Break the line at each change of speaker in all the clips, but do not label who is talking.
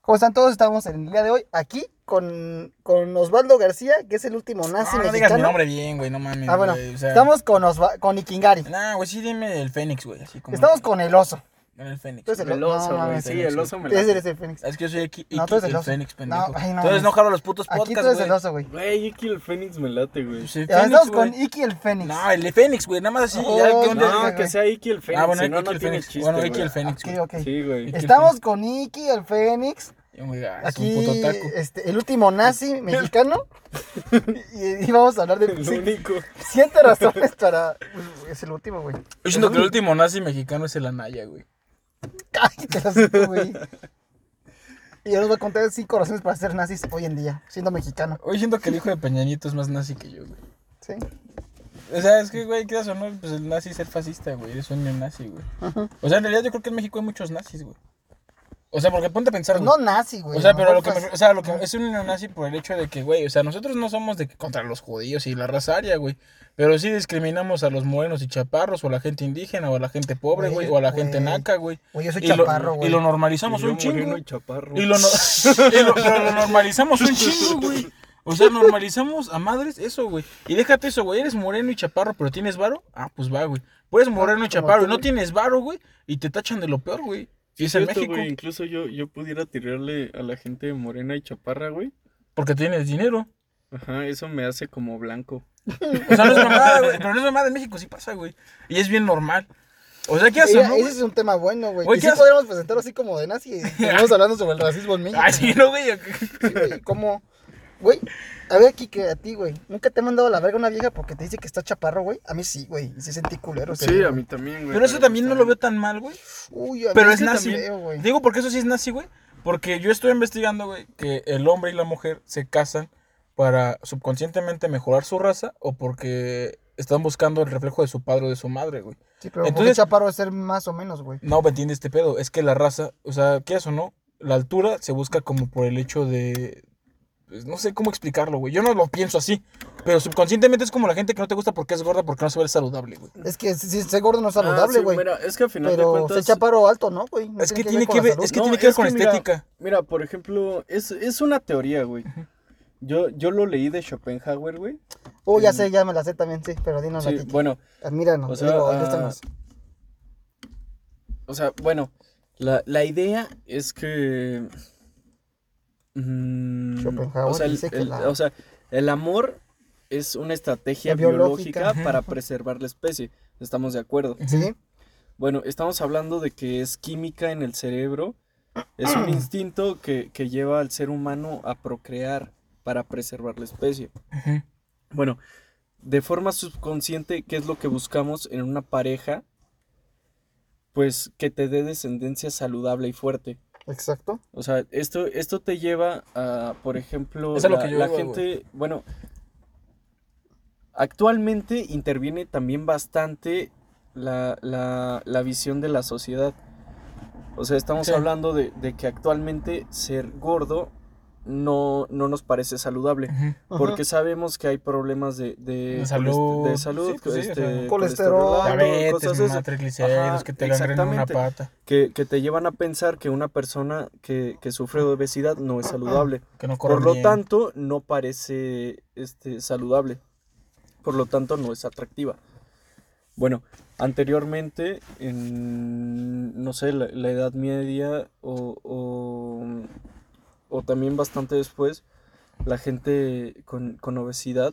¿Cómo están todos? Estamos en el día de hoy aquí con, con Osvaldo García, que es el último nazi
Ah, No,
Ah,
no digas
mexicano.
mi nombre bien, güey, no mames.
ah, bueno.
güey, o sea,
Estamos con, Osva- con Ikingari.
Nah, güey, sí dime el Fénix, güey, así como.
Estamos con el oso.
con el Fénix.
Entonces,
El
No,
oso,
mames,
güey.
sí,
Sí, el
sí.
oso me
Ese
la.
eres el Fénix.
Es que yo soy aquí,
No, tú
Iki
eres el
el
oso.
Fénix,
No,
pendejo.
ay, no mames.
Entonces no jalo los putos
Aquí tú
podcasts,
eres
güey.
el oso, güey.
Güey, Iki el Fénix me late, güey.
Pues el
Ya,
Fénix,
Estamos con
güey.
Iki el Fénix.
No, el de Fénix, güey, nada más así.
Oh,
ya que un día
no,
diga-
No, que sea Iki el Fénix.
Ah, bueno,
si no,
Iki
no
el
tiene
Fénix.
chiste.
Bueno,
güey.
Iki el
Ok,
Fénix, güey.
ok.
Sí, güey.
Iki el
Estamos con Iki el Fénix.
Un güey, ah, es
Aquí
un puto taco.
este, el último nazi mexicano. y, y vamos a hablar de
El
sí,
único.
siete razones para. Es el último, güey.
Yo siento que el último nazi mexicano es el Anaya, güey.
Cállate el hocico, güey. Y yo les voy a contar cinco razones para ser nazis hoy en día, siendo mexicano.
Hoy siento que el hijo de Peña Nieto es más nazi que yo, güey.
Sí.
O sea, es que, güey, quieras o no, pues el nazi es el fascista, güey. Es un neonazi, güey. O sea, en realidad yo creo que en México hay muchos nazis, güey. O sea, porque ponte a pensar,
Pero
güey.
no nazi, güey.
O sea, pero
no Pues,
lo que, me-
fas-
o sea, lo que es un neonazi por el hecho de que, güey, o sea, nosotros no somos de que contra los judíos y la raza aria, güey. Pero sí discriminamos a los morenos y chaparros, o a la gente indígena, o a la gente pobre,
Güey,
güey, o a la
güey.
gente naca, güey.
Güey, yo soy
Y lo-
chaparro, güey.
Y lo normalizamos
Y yo
un chingo.
moreno y chaparro.
Y lo, no- y lo- pero lo normalizamos un chingo, güey. O sea, normalizamos a madres eso, güey. Y déjate eso, güey. Eres moreno y chaparro, pero tienes varo. Ah, pues va, güey. Pues eres moreno y
Ah, como
chaparro
tú,
y no
güey.
tienes varo, güey. Y te tachan de lo peor, güey. Y es en
Cierto,
México.
güey, incluso yo, yo pudiera tirarle a la gente de morena y chaparra, güey.
Porque tienes dinero.
Ajá, eso me hace como blanco.
O sea, no es mamada, güey. Pero no es mamada en México, sí pasa, güey. Y es bien normal. O sea, ¿qué haces,
Mira,
no,
ese
güey?
es un tema bueno, güey.
Güey,
Y
¿qué
sí
haces?
podríamos presentarlo así como de nazi. Estamos hablando sobre el racismo en México.
Ay, sí, no,
Pues,
güey.
Sí, güey, ¿Cómo? Güey, a ver aquí que a ti, güey. ¿Nunca te ha mandado a la verga una vieja porque te dice que está chaparro, güey? A mí sí, güey. Y sí sentí culero. o sea,
Sí, a mí también, güey.
Pues Pero eso también no lo veo tan mal, güey.
Uy, a mí
Pero
sí
es
está
nazi.
feo, güey.
Digo porque eso sí es nazi, güey. Porque yo estoy investigando, güey, que el hombre y la mujer se casan para subconscientemente mejorar su raza o porque están buscando el reflejo de su padre o de su madre, güey.
Sí, pero Entonces...
Entonces-
chaparro es ser más o menos, güey?
No me entiendes este pedo. Es que la raza, o sea, quieras o no, la altura se busca como por el hecho de. pues, no sé cómo explicarlo, güey. Yo no lo pienso así. Pero subconscientemente es como la gente que no te gusta porque es gorda, porque no se ve saludable, güey.
Es que si, si ser gordo no es
Ah,
saludable,
sí,
güey.
mira, es que al final de
pero
cuentas.
ser chaparro alto, ¿no, güey? No
Es que tiene que ver,
con la
es que
salud.
tiene
No,
que ver
es
con
que mira-
estética.
Mira, por ejemplo, es, es una teoría, güey. Yo, yo lo leí de Schopenhauer, güey.
Oh, ya sé, ya me la sé también, sí, pero dinos
Sí,
a ti.
bueno,
Admíranos,
o sea,
digo,
ah,
ilústranos.
o sea, bueno, la, la idea es que... mm,
Schopenhauer
o, sea, el,
dice que
el-
la-
o sea, el amor es una estrategia
La biológica,
biológica,
ajá.
para preservar la especie. Estamos de acuerdo.
¿Sí?
Bueno, estamos hablando de que es química en el cerebro. Es un instinto que, que lleva al ser humano a procrear para preservar la especie.
Ujú.
Bueno, de forma subconsciente, ¿qué es lo que buscamos en una pareja? Pues que te dé descendencia saludable y fuerte.
Exacto.
O sea, esto, esto te lleva a, por ejemplo,
Es a lo
la,
que yo
la
iba, güey.
gente, bueno, actualmente interviene también bastante la, la- la visión de la sociedad. O sea, estamos
Sí.
hablando de, de que actualmente ser gordo no, no nos parece saludable.
Ujú.
Porque sabemos que hay problemas de, de,
De salud.
colest- de salud,
Sí, pues sí, o
este,
sea,
colesterol,
alto,
Diabetes,
cosas
mamá,
esas,
triglicéridos,
Ajá,
que te gangrenen una
exactamente.
pata,
que, que te llevan a pensar que una persona que, que sufre de obesidad no es saludable.
que no corre
Por lo
bien.
tanto, no parece este, saludable. Por lo tanto, no es atractiva. Bueno, anteriormente, en, no sé, la, la Edad Media o, o- o también bastante después, la gente con, con obesidad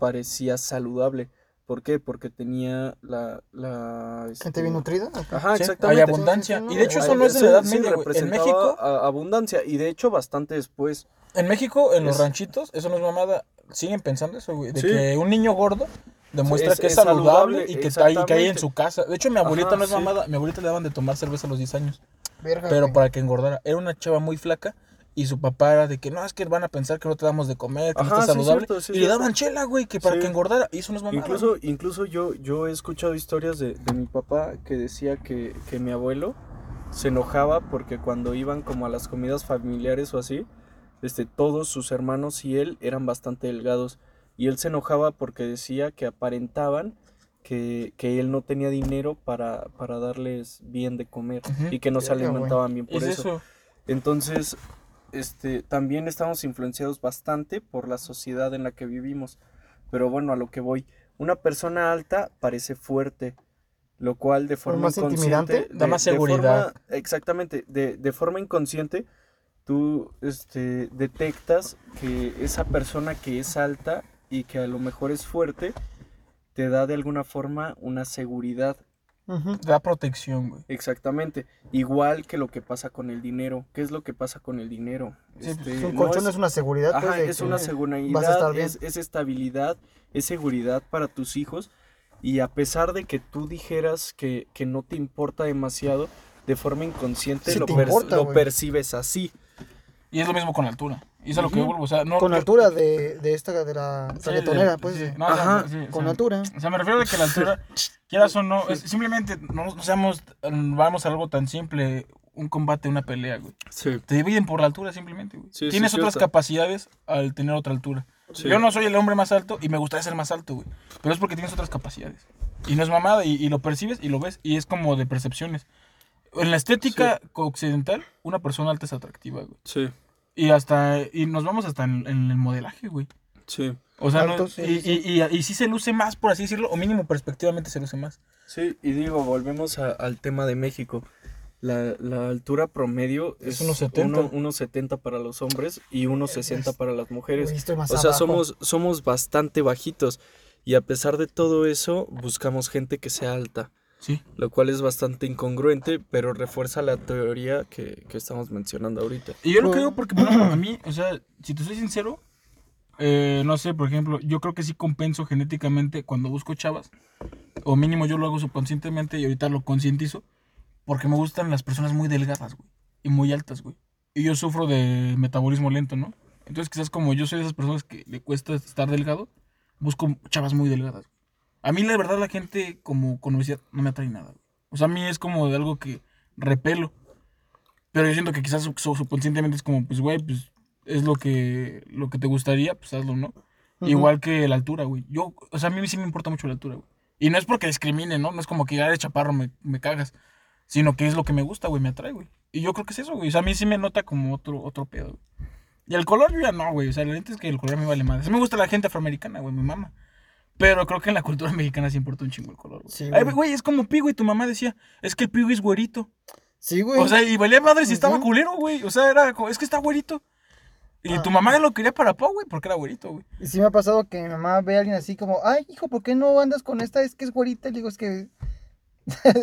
parecía saludable. ¿Por qué? Porque tenía la... la,
¿Gente
este,
bien nutrida?
Ajá,
Sí,
exactamente.
Hay abundancia.
Sí, sí, sí,
Y de hecho,
no,
eso no es de la
Sí,
Edad
sí,
Media, güey. En
representaba
México,
a- abundancia. Y de hecho, bastante después.
En México, en los
Es-
ranchitos, eso no es mamada. Siguen pensando eso, güey. De
Sí.
que un niño gordo demuestra
Es-
que es
es
saludable
saludable,
y que, está ahí, que hay en
exactamente.
su casa. De hecho, mi abuelita
Ajá,
no es
sí.
mamada. Mi abuelita le daban de tomar cerveza a los 10 años.
Verga,
Pero
güey.
para que engordara. Era una chava muy flaca. Y su papá era de que no, es que van a pensar que no te damos de comer, que
Ajá,
no
sí,
estás saludable.
cierto, sí,
y le
cierto.
daban chela, güey, que para
Sí.
que engordara. Y eso no es mamada.
Incluso, incluso yo, yo he escuchado historias de, de mi papá que decía que, que mi abuelo se enojaba porque cuando iban como a las comidas familiares o así, este, todos sus hermanos y él eran bastante delgados. Y él se enojaba porque decía que aparentaban que, que él no tenía dinero para, para darles bien de comer
Ujú.
y que no se
Verga, güey.
alimentaban bien
güey.
por
Es
eso.
eso.
Entonces, este, también estamos influenciados bastante por la sociedad en la que vivimos. Pero bueno, a lo que voy, una persona alta parece fuerte, lo cual de forma
más
inconsciente
intimidante,
da
de-
más
de
seguridad.
forma- exactamente, de, de forma inconsciente tú este, detectas que esa persona que es alta y que a lo mejor es fuerte te da de alguna forma una seguridad.
Ujú.
Da protección, güey.
Exactamente, igual que lo que pasa con el dinero. ¿Qué es lo que pasa con el dinero?
Sí,
Este,
pues, un
no
colchón
es-
es, una seguridad.
Ajá,
pues, de
es
que-
una
vas a estar
seguridad,
bien.
es, es estabilidad, es seguridad para tus hijos. Y a pesar de que tú dijeras que, que no te importa demasiado, de forma inconsciente
Sí
lo,
te
per-
importa,
lo
güey.
percibes así.
Y es lo mismo con la altura. Y es a lo que
Ujú.
vuelvo, o sea, no...
Con
yo-
altura de, de esta, de la
sí,
reggaetonera,
de-
pues.
sí,
de-
no, o sea,
Ajá,
sí, o
con
sea,
altura.
O sea, me refiero a que la altura, quieras o no, es- simplemente no no seamos, vamos a algo tan simple, un combate, una pelea, güey.
Sí,
Te dividen por la altura simplemente, güey.
Sí, sí,
Tienes
es
otras
cierto.
capacidades al tener otra altura.
Sí.
Yo no soy el hombre más alto y me gustaría ser más alto, güey. Pero es porque tienes otras capacidades. Y no es mamada, y, y lo percibes y lo ves, y es como de percepciones. En la estética occidental, una persona alta es atractiva, güey.
sí,
Y hasta, y nos vamos hasta en, en el modelaje, güey.
sí.
O sea, no-
Alto, sí,
y,
sí.
y, y, y sí se luce más, por así decirlo, o mínimo perspectivamente se luce más.
Sí, y digo, volvemos a- al tema de México. La, la altura promedio
Es
es,
1.70.
uno- 1.70 para los hombres y 1.60 para las mujeres.
Güey, estoy más
O sea,
abajo.
somos, somos bastante bajitos. Y a pesar de todo eso, buscamos gente que sea alta.
Sí.
Lo cual es bastante incongruente, pero refuerza la teoría que, que estamos mencionando ahorita.
Y yo lo
Bueno.
creo porque, por ejemplo, a mí, o sea, si te soy sincero, eh, no sé, por ejemplo, yo creo que sí compenso genéticamente cuando busco chavas, o mínimo yo lo hago subconscientemente y ahorita lo concientizo, porque me gustan las personas muy delgadas, güey, y muy altas, güey. Y yo sufro de metabolismo lento, ¿no? Entonces, quizás como yo soy de esas personas que le cuesta estar delgado, busco chavas muy delgadas. güey. A mí, la verdad, la gente como con obesidad no me atrae nada, güey. O sea, a mí es como de algo que repelo. Pero yo siento que quizás su- su- subconscientemente es como, pues, güey, pues es lo que, lo que te gustaría, pues hazlo, ¿no?
Ujú.
Igual que la altura, güey. Yo, o sea, a mí sí me importa mucho la altura, güey. Y no es porque discrimine, ¿no? No es como que ya eres chaparro, me, me cagas. Sino que es lo que me gusta, güey, me atrae, güey. Y yo creo que es eso, güey. O sea, a mí sí me nota como otro, otro pedo, güey. Y el color yo ya no, güey. O sea, la neta es que el color me vale madre. Sí me gusta la gente afroamericana, güey, mi mamá. Pero creo que en la cultura mexicana sí importa un chingo el color, güey.
Sí,
Ay,
güey.
güey, es como Pigo y tu mamá decía, es que el Pigo es güerito.
Sí, güey.
O sea, y valía madre si estaba
Ujú.
culero, güey. O sea, era como, es que está güerito. Y tu
Ah.
mamá lo quería para Pau, güey, porque era güerito, güey.
Y sí me ha pasado que mi mamá ve a alguien así como, ay, hijo, ¿por qué no andas con esta? Es que es güerita. Y le digo, es que...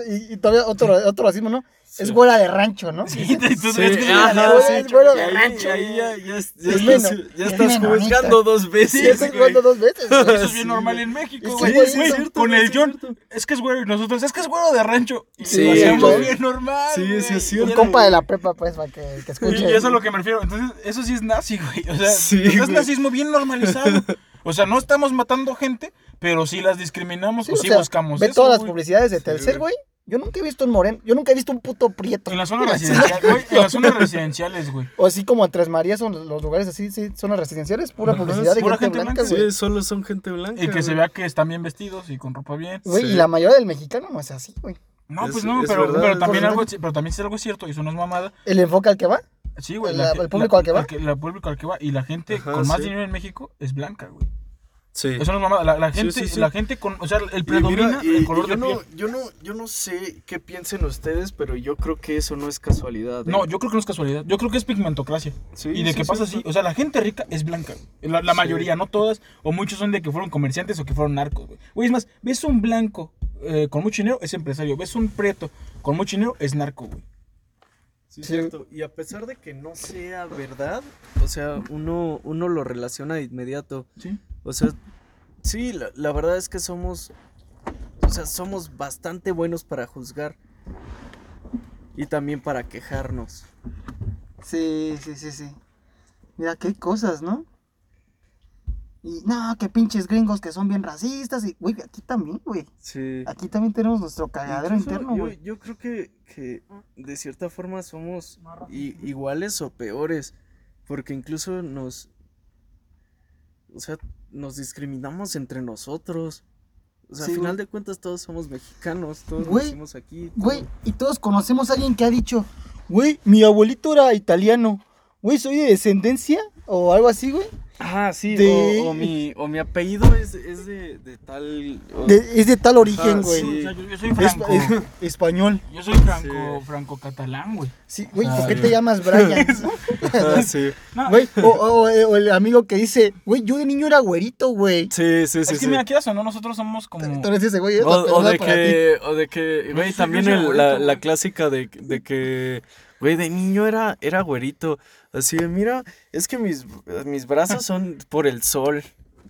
y, y todavía otro, otro racismo, ¿no? Es güera de rancho, ¿no?
Sí, entonces,
Sí,
es que-
ajá,
güey,
sí.
es güero de
Ahí-
rancho,
ahí ya, ya es- ya
Es
estás,
meno-
ya
es
estás
menonita.
juzgando dos
Sí,
veces.
estoy
güey.
jugando dos veces. güey.
Eso es bien
Sí,
normal
güey.
en México,
Sí,
güey.
güey, sí,
Güey,
cierto,
con
güey,
el
sí,
John,
cierto.
es que es güero. Y nosotros, es que es güero de rancho. Y
Sí,
lo hacemos
güey.
bien normal.
Sí, sí, es
güey.
cierto.
Un compa de la prepa, pues, para que, que
Y,
escuche.
y eso es lo que me refiero. Entonces, eso sí es nazi, güey. O sea,
Sí,
es
güey.
nazismo bien normalizado. O sea, no estamos matando gente, pero sí las discriminamos
Sí,
o
o
sí
sea,
buscamos
Ve
eso,
todas las
güey.
publicidades de Telcel, güey.
güey.
Yo nunca he visto un moreno, yo nunca he visto un puto prieto.
En las zonas residenciales, güey. En las zonas residenciales, güey.
O así como en Tres Marías son los lugares así, sí, zonas residenciales, pura
Ajá,
publicidad de
pura
gente,
gente
blanca,
blanca,
güey.
Sí, solo son gente blanca.
Y que se
güey.
vea que están bien vestidos y con ropa bien.
Güey,
Sí.
y la mayoría del mexicano no es así, güey.
No,
Es-
pues no,
es
pero,
verdad,
pero,
es
también
verdad.
algo, sí, pero también es algo cierto y eso no es mamada.
El enfoque al que va,
Sí, güey.
La-
ge-
el público al que va.
la público al que va. Y la gente
Ajá,
con más
sí.
dinero en México es blanca, güey.
Sí.
Eso no es mamada. La, la
Sí,
gente,
sí, sí.
la gente con, o sea, el
Y mira,
predomina
y-
el
y
color
yo
de
no,
piel.
yo no, yo no sé qué piensen ustedes, pero yo creo que eso no es casualidad. ¿eh?
No, yo creo que no es casualidad. Yo creo que es pigmentocracia.
Sí,
y de
sí,
que
sí,
pasa
sí.
así. O sea, la gente rica es blanca. güey. La, la
Sí.
mayoría, no todas. O muchos son de que fueron comerciantes o que fueron narcos, güey. Güey, es más, ves un blanco eh, con mucho dinero, es empresario. Ves un preto con mucho dinero, es narco, güey.
Sí,
Sí.
cierto. Y a pesar de que no sea verdad, o sea, uno, uno lo relaciona de inmediato.
Sí.
O sea, sí, la, la verdad es que somos, o sea, somos bastante buenos para juzgar. Y también para quejarnos.
Sí, sí, sí, sí. Mira, qué cosas, ¿no? Y no, que pinches gringos que son bien racistas. Y, güey, aquí también, güey.
Sí.
Aquí también tenemos nuestro cagadero
Incluso
interno,
yo,
güey.
yo creo que, que de cierta forma somos i- iguales o peores, porque incluso nos, o sea, nos discriminamos entre nosotros. O sea,
Sí,
al final
güey.
de cuentas todos somos mexicanos, todos
Güey,
nacimos aquí.
Güey, y todos conocemos a alguien que ha dicho, güey, mi abuelito era italiano. güey, soy de descendencia o algo así, güey.
Ah, sí,
De-
o, o mi, o mi apellido es, es de, de tal... o-
De- es de tal origen,
Ah,
güey.
sí.
O sea, yo, yo soy
Es-
franco.
es- español.
Yo soy franco, franco catalán, güey.
Sí, güey,
Ah,
¿por qué te
güey.
llamas Brian?
Ah, sí.
No,
Güey, o, o- o el amigo que dice, güey, yo de niño era güerito, güey.
Sí, sí,
es
sí.
que
sí.
mira, quieras o no, nosotros somos como...
Entonces ese güey es
O,
la
o
persona
de
para
que, o de que, güey,
sí,
también
yo soy
el-
güerito,
la, la
güey.
clásica de, de que, güey, de niño era, era güerito. Así de, mira, es que mis, mis brazos son por el sol.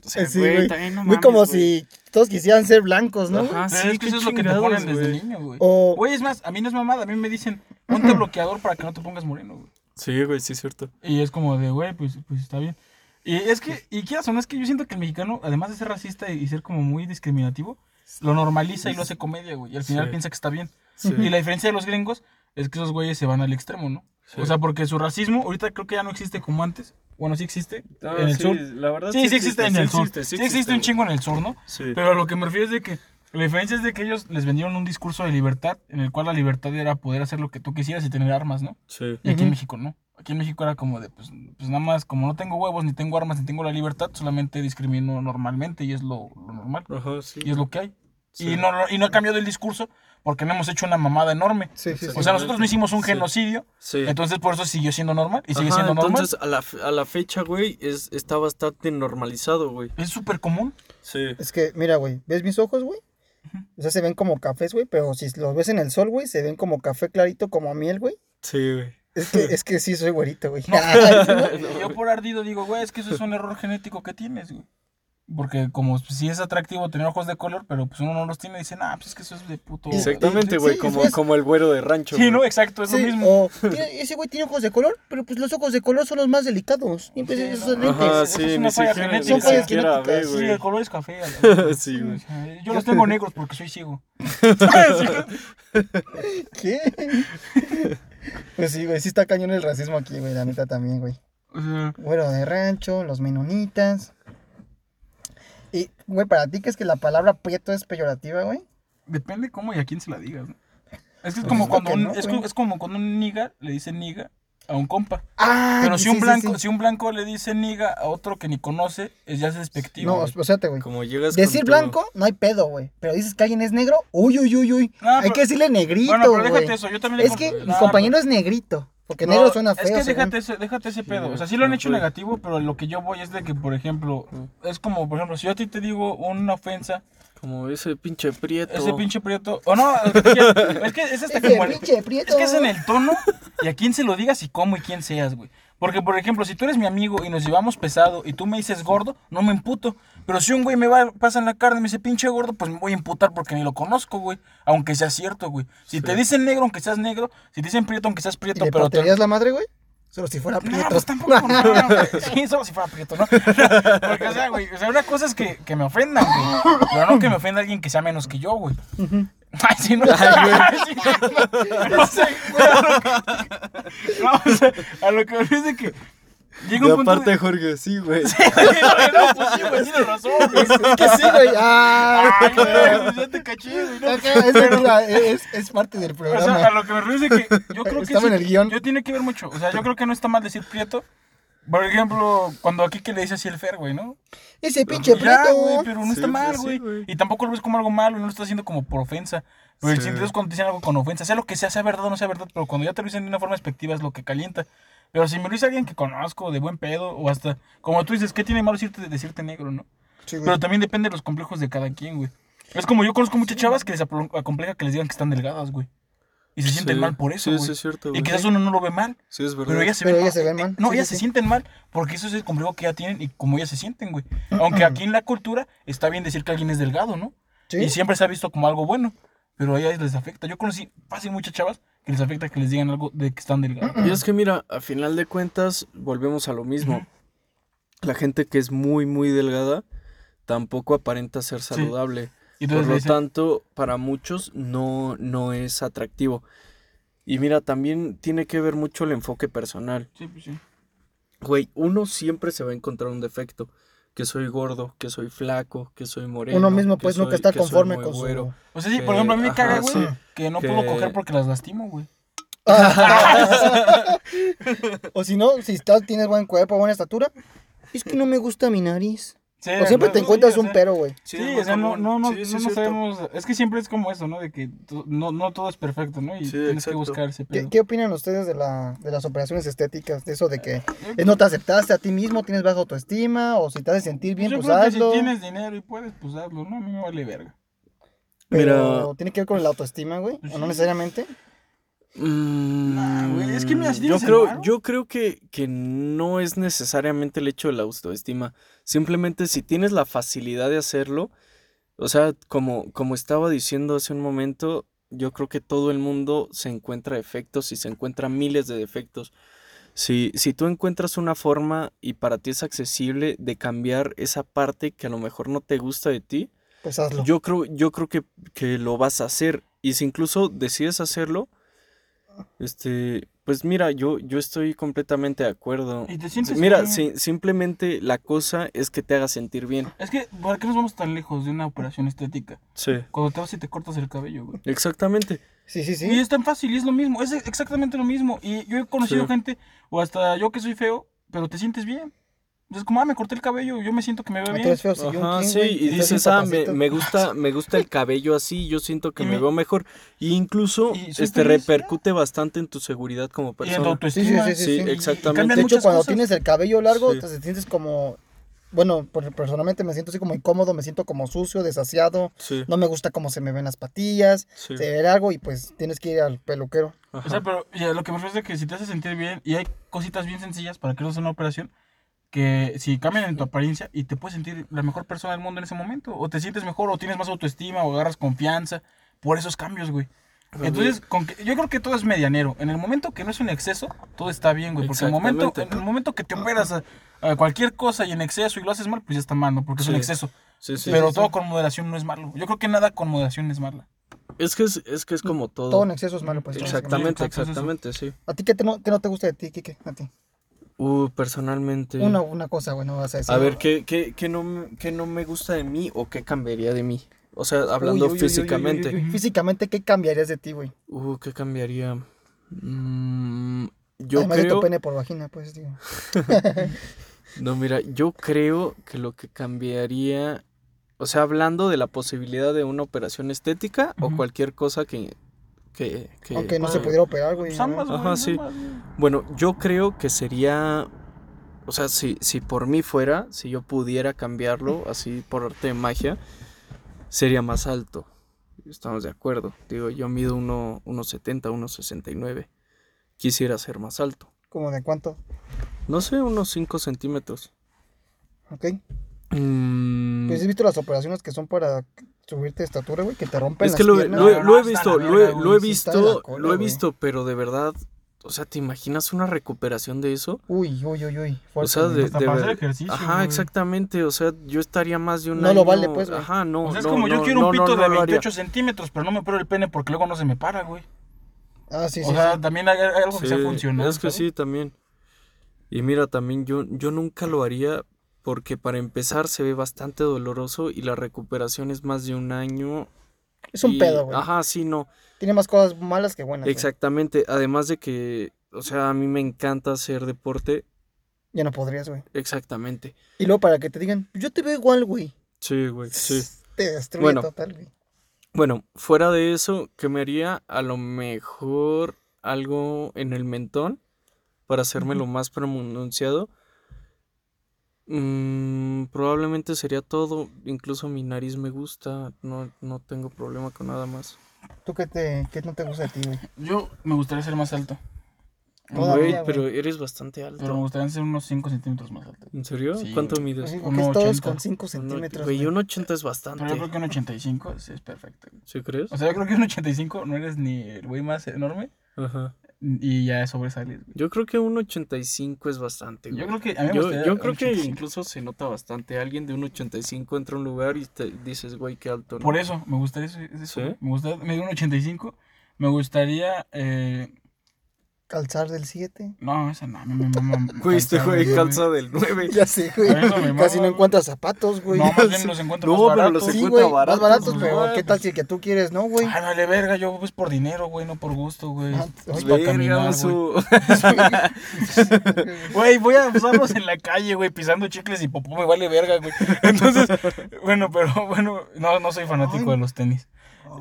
O sea,
ti. Sí,
güey,
güey.
también no
Muy
mames,
como
güey.
si todos quisieran ser blancos, ¿no?
Ajá,
Pero
sí,
Ah, es que
qué
eso es lo que te
chingados,
ponen desde
güey.
niño, güey.
O-
Güey, es más, a mí no es mamada, a mí me dicen, ponte bloqueador para que no te pongas moreno, güey.
Sí, güey, sí, es cierto.
Y es como de, güey, pues, pues está bien. Y es que, y quieras o no, es que yo siento que el mexicano, además de ser racista y ser como muy discriminativo, lo normaliza y lo hace comedia, güey. Y al final
Sí.
piensa que está bien.
Sí.
Y la diferencia de los gringos es que esos güeyes se van al extremo, ¿no?
Sí.
O sea, porque su racismo ahorita creo que ya no existe como antes. Bueno, sí existe
Ah,
en el
sí,
sur.
la verdad
Sí, sí existe en
sí
el sur.
existe,
Sí existe un
güey.
chingo en el sur, ¿no?
Sí.
Pero a lo que me refiero es de que la diferencia es de que ellos les vendieron un discurso de libertad en el cual la libertad era poder hacer lo que tú quisieras y tener armas, ¿no?
Sí.
Y aquí en
Ujú.
México no. Aquí en México era como de, pues, pues nada más, como no tengo huevos, ni tengo armas, ni tengo la libertad, solamente discrimino normalmente y es lo, lo normal.
Ajá, sí.
Y es lo que hay.
Sí.
Y, no, no- y no ha cambiado el discurso porque no hemos hecho una mamada enorme.
Sí, sí, sí.
O sea, nosotros no hicimos un
Sí.
genocidio,
Sí.
entonces por eso siguió siendo normal y sigue
Ajá,
siendo normal.
Entonces, a la, fe- a la fecha, güey, es, está bastante normalizado, güey.
Es súper común.
Sí.
Es que, mira, güey, ¿ves mis ojos, güey? O sea, se ven como cafés, güey, pero si los ves en el sol, güey, se ven como café clarito, como miel, güey.
Sí, güey.
Es que, es que sí soy güerito, güey. Ah,
Yo por ardido digo, güey, es que eso es un error genético que tienes, güey. Porque como si es atractivo tener ojos de color, pero pues uno no los tiene, dicen, ah, pues es que eso es de puto.
Exactamente,
Sí,
güey,
sí,
como,
es-
como el güero de rancho.
Sí, no,
güey. oh,
exacto, es
Sí,
lo mismo.
o, tiene- ese güey tiene ojos de color, pero pues los ojos de color son los más delicados. Y pues
Sí,
esos
¿no?
son lentes.
Ajá,
Eso
sí,
es una
ni
falla
siquiera,
genética. Son
ni
fallas
siquiera ve,
genéticas,
Sí,
güey.
el color es café. a la-
Sí, güey.
Ajá, Yo los tengo negros porque soy ciego.
¿Qué? pues sí, güey, sí está cañón el racismo aquí, güey, la neta también, güey.
O sea,
Güero de rancho, los menonitas. Y, güey, ¿para ti crees que la palabra prieto es peyorativa, güey?
depende cómo y a quién se la digas, ¿no? Es que es
Pues
como
es lo
cuando
que
un,
no,
es,
güey.
co- es como cuando un niga le dice niga a un compa.
Ah,
Pero si
sí,
un
sí,
blanco,
sí.
si un blanco le dice niga a otro que ni conoce, es ya es despectivo.
No,
güey.
espérate, güey.
Como llegas
Decir
con tu-
blanco, no hay pedo, güey. Pero dices que alguien es negro, uy, uy, uy, uy.
Ah,
hay
pero-
que decirle negrito,
Bueno, pero
güey.
déjate eso, yo también le
Es que
comp-
mi
Nah,
compañero es negrito. Porque
No,
negro suena feo.
Es que
según.
déjate ese, déjate ese pedo. O sea, sí lo han hecho
güey.
negativo, pero lo que yo voy es de que, por ejemplo, es como, por ejemplo, si yo a ti te digo una ofensa,
Como ese pinche prieto.
ese pinche prieto. O no, el que te quiera- es que es hasta
Ese
como el-
pinche
Es
prieto.
que es en el tono y a quién se lo digas y cómo y quién seas, güey. Porque, por ejemplo, si tú eres mi amigo y nos llevamos pesado y tú me dices gordo, no me emputo. Pero si un güey me va, pasa en la carne y me dice pinche gordo, pues me voy a emputar porque ni lo conozco, güey. Aunque sea cierto, güey. Si te dicen negro, aunque seas negro. Si te dicen prieto, aunque seas
¿Y
prieto,
le
pero te-
parterías la madre, güey? Solo si fuera
no,
prieto.
pues tampoco, no, no. Sí, solo si fuera prieto, ¿no? Porque, o sea, güey, o sea, una cosa es que, que me ofendan, güey. Pero no que me ofenda alguien que sea menos que yo, güey. Ay, sí, no. Sí, no. O sea, güey, a lo que- no, o sea, a lo que me refiero es de que llega
Y
un punto
aparte,
de...
Jorge, sí, güey.
no, pues sí, güey, tienes razón, güey.
Es que sí, güey. Ah,
Ay, güey, pues ya te caché, güey. no.
Acá, es, mentira, es, es parte del
O sea, a
programa.
lo que me refiero es de que yo creo que
Estaba en el guión.
Yo tiene que ver mucho. O sea, yo creo que no está mal decir prieto. Por ejemplo, cuando aquí que le dice así el Fer, güey, ¿no?
Ese pinche
Ya, güey,
prieto.
pero no
Sí,
está
pues
mal,
sí,
güey.
güey.
y tampoco lo ves como algo malo, no lo está haciendo como por ofensa. Pero el
Sí.
sentido es cuando te dicen algo con ofensa, sea lo que sea, sea verdad o no sea verdad, pero cuando ya te lo dicen de una forma despectiva es lo que calienta. Pero si me lo dice alguien que conozco, de buen pedo, o hasta, como tú dices, ¿qué tiene de malo decirte, decirte negro, no?
Sí, güey.
Pero también depende de los complejos de cada quien, güey. Es como yo conozco muchas chavas que les apro- acompleja que les digan que están delgadas, güey. Y se sienten
Sí,
mal por eso,
sí,
güey.
sí es cierto,
y
güey.
quizás uno no lo ve mal,
Sí, es verdad.
pero ellas se
Pero
ven
ellas
mal.
se ven mal,
No,
sí,
ellas
sí,
se
sí.
sienten mal porque eso es el complejo que ya tienen y como ellas se sienten, güey. Aunque aquí en la cultura está bien decir que alguien es delgado, ¿no?
Sí.
Y siempre se ha visto como algo bueno, pero a ellas les afecta. Yo conocí fácil muchas chavas que les afecta que les digan algo de que están delgadas.
Y es que mira, a final de cuentas, volvemos a lo mismo. La gente que es muy, muy delgada tampoco aparenta ser saludable.
Y entonces
Por
le
lo
dicen,
tanto, para muchos no, no es atractivo. Y mira, también tiene que ver mucho el enfoque personal.
sí, pues sí.
Güey, uno siempre se va a encontrar un defecto. Que soy gordo, que soy flaco, que soy moreno.
Uno mismo, pues,
que
nunca
soy-
está
que soy
conforme
muy
con su.
güero.
O sea, sí, por
Que-
ejemplo, a mí me
ajá,
caga, güey,
sí,
que no
que-
puedo coger porque las lastimo, güey.
o si no, si estás, tienes buen cuerpo, buena estatura, es que no me gusta mi nariz.
Sí,
O siempre
no,
te
sí,
encuentras
o
un
sea,
pero, güey.
Sí,
es
o
más
sea, no,
común.
no, no,
Sí, sí,
no
es
nos
cierto.
sabemos. Es que siempre es como eso, ¿no? De que to- no, no todo es perfecto, ¿no? Y
Sí,
tienes que
exacto.
buscar ese
¿Qué,
pedo.
qué opinan ustedes de, la, de las operaciones estéticas? De eso de que eh, no te aceptaste a ti mismo, tienes baja autoestima, o si te hace sentir bien,
Pues
pues
yo creo que
hazlo.
si tienes dinero y puedes, pues hazlo, ¿no? A mí me vale verga.
Pero
Mira.
tiene que ver con la autoestima, güey.
Pues
O no
sí.
necesariamente.
Nah, güey, es que mira, si
Mm, yo
tienes el
creo,
varo-
yo creo que, que no es necesariamente el hecho de la autoestima. Simplemente si tienes la facilidad de hacerlo, o sea, como, como estaba diciendo hace un momento, yo creo que todo el mundo se encuentra defectos y se encuentra miles de defectos. Si, si tú encuentras una forma y para ti es accesible de cambiar esa parte que a lo mejor no te gusta de ti,
Pues hazlo.
yo creo, yo creo que, que lo vas a hacer. Y si incluso decides hacerlo, este, pues mira, yo, yo estoy completamente de acuerdo. Pues
Y te sientes
Mira,
bien.
si- simplemente la cosa es que te haga sentir bien.
Es que, ¿para qué nos vamos tan lejos de una operación estética?
Sí.
Cuando te vas y te cortas el cabello, güey.
Exactamente.
Sí, sí,
Y
sí.
es tan fácil, y es lo mismo, es exactamente lo mismo. Y yo he conocido
Sí.
gente, o hasta yo que soy feo, pero te sientes bien. Es como, ah, me corté el cabello, yo me siento que me veo
No
bien.
te ves Ah, feo, si yo un
Ajá,
king,
sí,
güey,
y
estás sin
dices, ah, me,
papacito.
me gusta, me gusta el cabello así, yo siento que
Y
me
me-
veo mejor. Y incluso
Y soy
este
feliz, ya.
repercute bastante en tu seguridad
Y
como
en tu
Sí,
persona.
sí,
autoestima.
sí, sí. sí.
Sí,
y- y
exactamente.
cambian
De hecho,
muchas
cuando
cosas.
tienes el cabello largo,
Sí.
te sientes como. Bueno, por- personalmente me siento así como incómodo, me siento como sucio, desasiado.
Sí,
No me gusta cómo se me ven las patillas,
sí.
se ve largo y pues tienes que ir al peluquero.
ajá.
O sea, pero y a lo que me refiero es de que si te hace sentir bien y hay cositas bien sencillas para que no sea una operación, que si cambian en tu apariencia y te puedes sentir la mejor persona del mundo en ese momento, o te sientes mejor, o tienes más autoestima, o agarras confianza por esos cambios, güey. Entonces, con que- yo creo que todo es medianero. En el momento que no es un exceso, todo está bien, güey. Porque en el momento, en
Exactamente.
el momento que te operas a, a cualquier cosa y en exceso y lo haces mal, pues ya está mal, ¿no? Porque es un
Sí.
exceso.
Sí, sí.
Pero
sí,
todo
sí.
con moderación no es malo. Yo creo que nada con moderación es mala.
Es que es, es que es como todo.
Todo en exceso es malo, pues. básicamente.
Exactamente,
exacto, es eso.
exactamente, sí.
¿A ti qué, te no, qué no te gusta de ti, Kike? A ti.
Uh, personalmente.
Una, una cosa, güey, no vas a decir.
A ver, ¿qué, qué, qué no, me- qué no me gusta de mí o qué cambiaría de mí? O sea, hablando
uy, uy, uy, uy,
físicamente.
uy, uy, uy. Físicamente, ¿qué cambiarías de ti, güey?
Uh, ¿qué cambiaría? Mm, yo
Además de
creo.
tu pene por vagina, pues, digo.
No, mira, yo creo que lo que cambiaría. O sea, hablando de la posibilidad de una operación estética o
Ujú.
cualquier cosa que. que, que-
Aunque no se
que-
pudiera operar, güey.
Pues
a
ambas,
ver.
güey.
Ajá,
ambas,
sí.
güey.
Bueno, yo creo que sería. O sea, si, si por mí fuera, si yo pudiera cambiarlo así por arte de magia, sería más alto. Estamos de acuerdo. Digo, yo mido uno- 1,70, 1,69. Quisiera ser más alto.
¿Como de cuánto?
No sé, unos 5 centímetros.
¿Ok?
Mm,
Pues, ¿Has visto las operaciones que son para subirte de estatura, güey? Que te rompen
es que
las
lo,
piernas.
lo-
No, no,
lo he
hasta la
visto,
verga,
lo he,
güey,
lo he
sí está de la
visto,
cola,
lo he
güey.
visto, pero de verdad, o sea, ¿te imaginas una recuperación de eso?
Uy, uy, uy, uy.
O
fuerte,
sea,
güey.
de,
Hasta
de
para
ver-
hacer ejercicio,
Ajá,
güey.
exactamente. O sea, yo estaría más de un
No
año.
lo vale, pues, güey.
Ajá, no.
O sea, es
no,
como yo
no,
quiero un
no, no,
pito
no
de
lo haría.
28 centímetros, pero no me opero el pene porque luego no se me para, güey.
Ah, sí, sí.
o sea, también hay, hay algo que sea
Sí,
funcional.
Es que
¿sabes?
sí, también. Y mira, también yo, yo nunca lo haría porque para empezar se ve bastante doloroso y la recuperación es más de un año.
sí. Es un
y-
pedo, güey.
Ajá, sí, no.
Tiene más cosas malas que buenas. güey.
Exactamente. Además de que, o sea, a mí me encanta hacer deporte.
Ya no podrías, güey.
Exactamente.
Y luego para que te digan, yo te veo igual, güey.
Sí, güey, sí.
Te destruye
Bueno.
total, güey.
Bueno, fuera de eso, ¿qué me haría? A lo mejor algo en el mentón para hacérmelo más pronunciado. Mm, probablemente sería todo. Incluso mi nariz me gusta. No, no tengo problema con nada más.
¿Tú qué, te, qué no te gusta de ti, güey?
Yo me gustaría ser más alto.
Todavía,
Güey,
güey.
pero eres bastante
Pero me
alto.
gustaría ser unos 5 centímetros más alto.
¿En serio?
Sí,
¿Cuánto
güey.
mides?
Así,
Un-
porque es todos
1.80.
con 5 centímetros.
Güey,
güey.
un 80 es
Pero yo creo
bastante.
que un 85 sí es perfecto. güey.
¿Sí crees?
O sea, yo creo que un 85 no eres ni el güey más enorme
Ajá.
y ya sobresales. güey.
Yo creo que un 85 es bastante, güey.
Yo creo que a mí me
Yo,
gustaría
yo
un
creo que
85.
incluso se nota bastante. Alguien de un 85 entra a un lugar y te dices, güey, qué alto. ¿no?".
Por eso, me gustaría eso. es eso,
¿Sí?
güey. Me gustaría medir un 85. Me gustaría eh,
calzar del 7.
No, esa no, a mí me mama.
Güey, este
calzar,
güey
güey.
calza del 9.
Ya sé, güey.
A mí no me mama,
Casi no
güey.
encuentras zapatos, güey.
No, más bien los encuentro
No,
más
pero
baratos.
los
sí,
encuentra
güey, más
baratos,
baratos,
güey,
pero ¿qué
pues.
tal si el que tú quieres, no, güey?
Ay, vale, verga, yo pues por dinero, güey, no por gusto, güey.
Ah,
Pues
ay,
para caminar, güey.
su...
Güey, voy a usarlos en la calle, güey, pisando chicles y popó, me vale verga, güey. Entonces, bueno, pero bueno, no, no soy fanático
Ay.
de los tenis.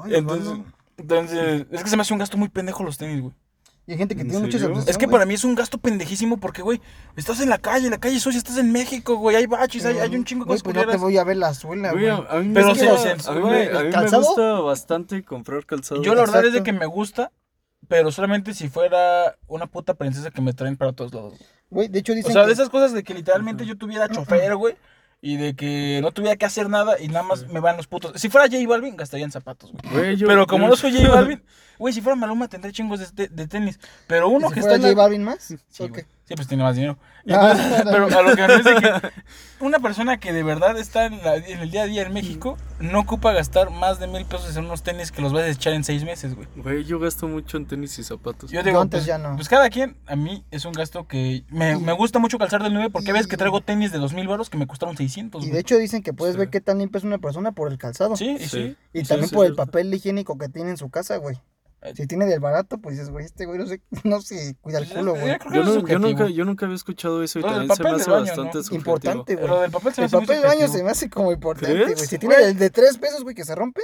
Ay,
Entonces,
Eduardo.
entonces, es que se me hace un gasto muy pendejo los tenis, güey.
Y hay gente que
¿En
tiene mucha
serio?
obsesiones.
Es que para mí es un gasto pendejísimo porque, güey, estás en la calle, la calle sucia, estás en México, güey, hay baches, hay, hay un chingo de
Güey,
cosas
pues no te
culeras.
voy a ver la suela,
Güey,
güey.
a- a mí me
Pero
gusta-
sí, o sea,
a mí me-
¿el
a mí me
calzado?
gusta bastante comprar calzado.
Yo la verdad es de
Exacto.
que me gusta, pero solamente si fuera una puta princesa que me traen para todos lados.
Güey, de hecho dicen
O sea,
que...
de esas cosas de que literalmente yo tuviera chofer, güey. Y de que no tuviera que hacer nada y nada más me van los putos. Si fuera J Balvin, gastaría en zapatos, güey.
Güey, yo-
Pero como
yo-
no soy J Balvin, güey, si fuera Maluma tendría chingos de, te- de tenis. Pero
¿Y
uno
si
que
fuera
está. en
J
la-
Balvin más?
Sí,
¿O
güey.
qué?
Sí, pues tiene más dinero.
Ah,
Entonces, pero a lo que me dice que una persona que de verdad está en, la- en el día a día en México no ocupa gastar más de mil pesos en unos tenis que los vas a echar en seis meses, güey.
Güey, yo gasto mucho en tenis y zapatos.
Yo
Yo
digo,
antes
pues,
ya no.
pues cada quien, a mí es un gasto que me, me gusta mucho calzar del 9 porque ves que traigo tenis de 2000 baros que Pues me costaron 600.
Y
güey.
de hecho dicen que puedes
Sí.
ver qué tan limpia es una persona por el calzado.
sí, y sí.
Sí.
Y
sí,
también
sí,
por
es
el
cierto.
papel higiénico que tiene en su casa, güey.
Eh.
Si tiene del barato, pues dices, güey, este güey no se, no se cuida el
Pues,
culo,
eh,
güey.
yo creo que eso
Yo,
es
no- yo
subjetivo.
nunca, yo nunca había escuchado eso y
Lo del
también se me
papel
hace
del baño,
bastante
¿no?
subjetivo.
Importante,
Lo
güey.
del papel se me
El
hace muy
papel del baño se
subjetivo.
me hace como importante,
¿Crees?
güey. Si tiene
Güey.
el de tres pesos, güey, que se rompe.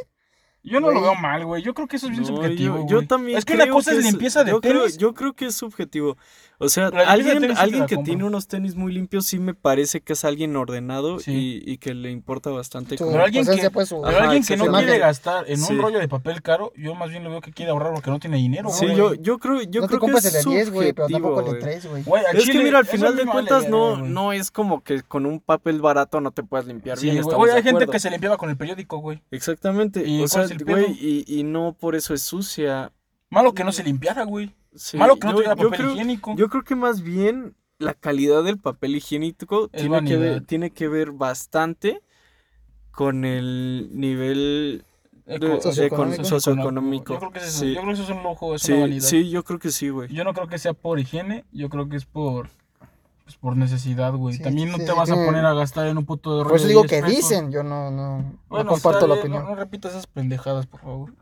Yo no lo
Güey.
veo mal, güey. Yo creo que eso es bien
No,
subjetivo.
yo-
güey.
yo, también.
Es que una
creo
cosa es limpieza de
yo creo-
tenis.
yo creo que es subjetivo. O
La
sea,
limpieza de
alguien,
tenis sí te
alguien
la
que tiene
compro.
unos tenis muy limpios sí me parece que es alguien ordenado
Sí.
y, y que le importa bastante.
Su
como-
Pero alguien
presencia,
que-
pues, su-
Pero
Ajá,
alguien que no
exactamente.
quiere gastar en
Sí.
un rollo de papel caro, yo más bien lo veo que quiere ahorrar porque no tiene dinero,
Sí,
güey.
yo, yo creo, yo
no te
creo que
compras
es
el de 10, güey, pero
subjetivo,
tampoco el de
güey.
3, güey.
Güey, al
Es
chile,
que mira, al
eso
final
me
de
vale
cuentas
verga,
no,
güey.
no es como que con un papel barato no te puedes limpiar
Sí,
bien.
güey.
estamos
Güey,
de
hay gente
acuerdo.
que se limpiaba con el periódico, güey.
Exactamente.
¿Y
o
cuál
sea,
es el pedo?
güey, y, y no por eso es sucia.
Malo que no se limpiara, güey.
Sí,
Malo que no
yo-
tuviera
yo
papel
creo-
higiénico.
Yo creo que más bien la calidad del papel higiénico
Es
tiene que, ver,
vanidad.
tiene que ver bastante con el nivel de-
Eco-
socioeconómico.
econ- socioeconómico.
Yo creo que es eso.
Sí.
Yo creo que eso es un lujo, es
Sí,
una vanidad.
sí, yo creo que sí, güey.
Yo no creo que sea por higiene, yo creo que es por pues, por necesidad, güey.
Sí,
También no
sí,
te vas a
tiene-
poner a gastar en un puto de
Por eso digo que dicen, yo no, no, no comparto la
No,
opinión.
no repitas esas pendejadas, por favor.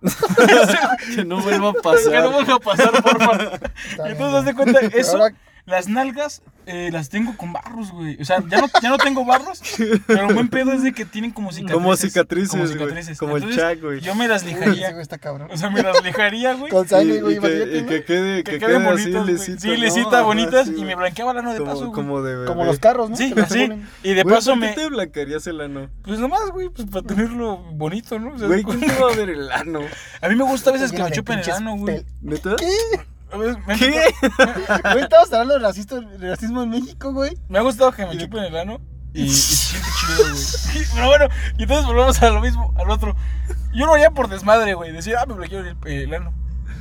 Que no vuelva a
Que no
pasar.
vuelva a pasar, por favor.
Está bien,
Entonces, haz de
güey.
cuenta,
Pero
eso,
ahora-
las nalgas eh, las tengo con barros, güey. O sea, ya no, ya no tengo barros, pero un buen pedo es de que tienen como cicatrices.
Como cicatrices,
como
güey,
cicatrices.
como el
Entonces,
Chuck, güey.
Yo me las
Uy, ese
lijaría.
güey está cabrón.
O sea, me las lijaría, güey.
Con
Y-
sangre,
y
güey,
que-
imagínate,
y
¿no?
que quede,
Que
que
queden
quede así
bonitas, güey.
lecita,
Sí,
¿no?
lecitas
Ajá,
bonitas
sí,
y me
güey.
blanqueaba el ano de paso, güey.
como, como de bebé.
Como los carros, ¿no?
eh, Sí,
Que los
sí.
ponen.
Y de
Güey,
paso
¿por qué
me.
te blancarías el ano?
Pues nomás, güey, pues para tenerlo bonito, ¿no? O sea,
Güey, ¿quién te va a ver el ano?
a mí me gusta a veces que
Lleno
me
de
chupen el
pinches
ano, güey.
pel-
¿Neta?
¿Qué?
A veces me han
¿Qué?
chupado-
Güey, estabas hablando de racismo, de racismo en México, güey.
Me ha gustado que me chupen el ano y, y se siente chido, güey. Pero bueno, y entonces volvemos a lo mismo, al otro. Yo lo haría por desmadre, güey. Decía, ah, me bloqueó el, el ano.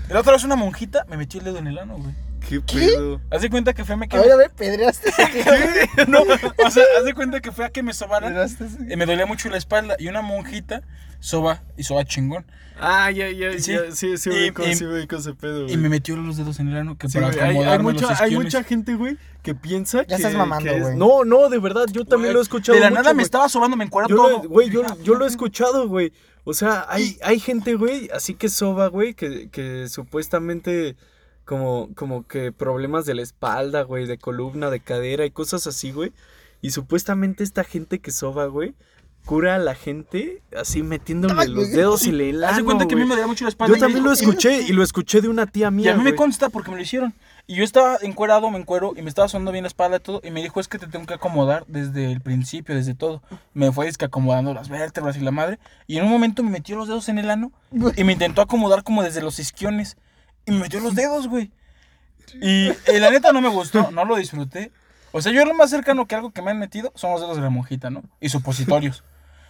La otra vez una monjita me metió el dedo en el ano, güey.
¿Qué pedo?
Haz de cuenta que fue a
Ah.
me
A ver, a
quedé.
ver, pedreaste.
No, o sea, haz de cuenta que fue a que me sobaran.
Pedreaste,
Eh, me dolía mucho la espalda y una monjita soba y soba chingón
Ah, ya, ya,
Sí.
ya. Sí, sí,
Y-
ubico,
y-
sí, ubico ese pedo, güey.
y me metió los dedos en el ano que
Sí,
para
güey, hay, hay
acomodarme
mucha,
los
hay
isquiones.
mucha gente, güey, que piensa que.
Ya estás mamando,
que es-
güey.
No, no, de verdad, yo también
Güey,
lo he escuchado.
De la
mucho,
nada me
güey.
estaba sobando, me encuadra
Yo
todo.
lo, güey, yo, yo lo he escuchado, güey. O sea, hay, hay gente, güey, así que soba, güey, que, que supuestamente como, como que problemas de la espalda, güey, de columna, de cadera y cosas así, güey. Y supuestamente esta gente que soba, güey, cura a la gente así metiéndole
Ay,
los
güey.
dedos y le
Hace cuenta que a mí me dolía mucho la espalda.
Ah, Yo
y-
también lo
y-
escuché y lo escuché de una tía mía,
Y a mí me
güey.
consta porque me lo hicieron. Y yo estaba encuerado, me encuero, y me estaba sonando bien la espalda y todo. Y me dijo, es que te tengo que acomodar desde el principio, desde todo. Me fue que acomodando las vértebras y la madre. Y en un momento me metió los dedos en el ano. Y me intentó acomodar como desde los isquiones. Y me metió los dedos, güey. Y eh, la neta no me gustó, no lo disfruté. O sea, yo lo más cercano que algo que me han metido son los dedos de la monjita, ¿no? Y supositorios.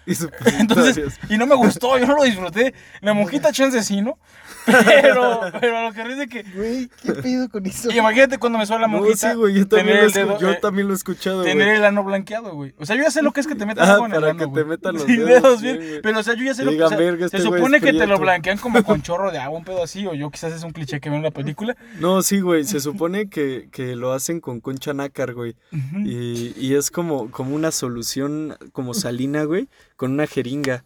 Y supositorios.
Entonces, y no me gustó, yo no lo disfruté. La monjita chance sí, ¿no? Pero, pero a lo que ríe es de que.
Güey, ¿qué pedo con eso?
y imagínate cuando me suena la
No,
monjita.
sí, güey, yo también,
tener
lo,
el
escu-
dedo,
yo
eh,
también lo he escuchado, güey.
Tener el ano blanqueado, güey. O sea, yo ya sé lo que es que te metan
Ah,
algo en el
para
ano,
que
güey.
te metan los
Sí,
dedos,
dedos
sí,
bien.
güey.
pero, o sea, yo ya sé
Y
lo que... o
digan,
sea,
"Verga,
se
este güey es
supone que te lo
prieto".
blanquean como con chorro de agua, un pedo así, o yo quizás es un cliché que veo en la película.
No, sí, güey, se supone que, que lo hacen con concha nácar, güey. Y, y es como, como una solución como salina, güey, con una jeringa.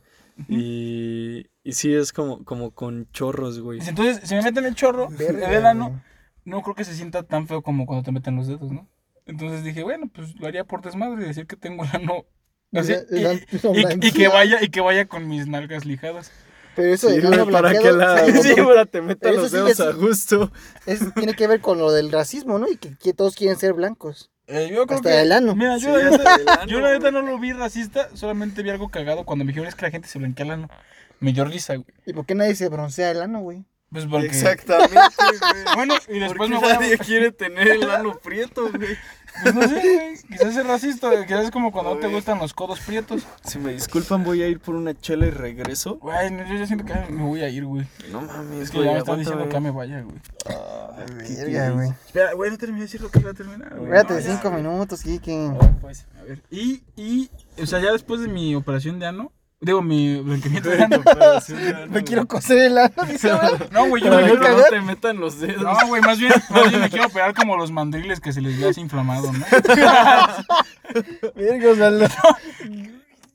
Y, y sí, es como, como con chorros, güey.
Dice, Entonces, si me meten el chorro
Verga,
del
güey.
ano, no creo que se sienta tan feo como cuando te meten los dedos, ¿no? Entonces dije, bueno, pues lo haría por desmadre, decir que tengo el ano... así,
El-
y,
el ano
y- y que
blanqueado.
vaya, y que vaya con mis nalgas lijadas.
Pero eso
Sí,
del
güey,
ano
para que
blanqueado,
la
o sea,
Sí,
sí,
güey.
te meta
Eso
los
sí
dedos
les-
a gusto.
es- tiene que ver con lo del racismo, ¿no? Y que, que todos quieren ser blancos.
Eh, yo creo
Hasta
que-
el ano.
Mira, yo,
Sí,
la neta,
hasta el ano,
yo la neta
güey.
no lo vi racista, solamente vi algo cagado cuando me dijeron es que la gente se blanquea el ano. Me dio risa, güey.
¿Y por qué nadie se broncea el ano, güey?
Pues porque...
Exactamente, güey.
Bueno, y
Porque
después me voy a...
nadie quiere tener el ano prieto, güey.
Pues no sé, güey. Quizás es racista, güey. quizás es como cuando
A
no te
ver.
gustan los codos prietos.
Si me disculpan, voy a ir por una chela y regreso.
Güey, no, yo ya siento que me voy a ir, güey.
No mames,
Es que ya me están diciendo que ya me vaya, güey.
Verga, güey.
Espera, güey, no terminé de decir lo que iba a terminar, güey.
Espérate
No, ya,
cinco
güey.
minutos, Kike.
Ah, pues, a ver. Y, y, o sea, ya después de mi operación de ano, digo, mi blanqueamiento de ano.
Me quiero coser el ano, dice, güey.
No, güey, yo
Para
me
que
quiero
no te metan los dedos.
No, güey, más bien, más bien me quiero operar como los mandriles que se les ve así inflamado, ¿no?
Verga, o sea, lo-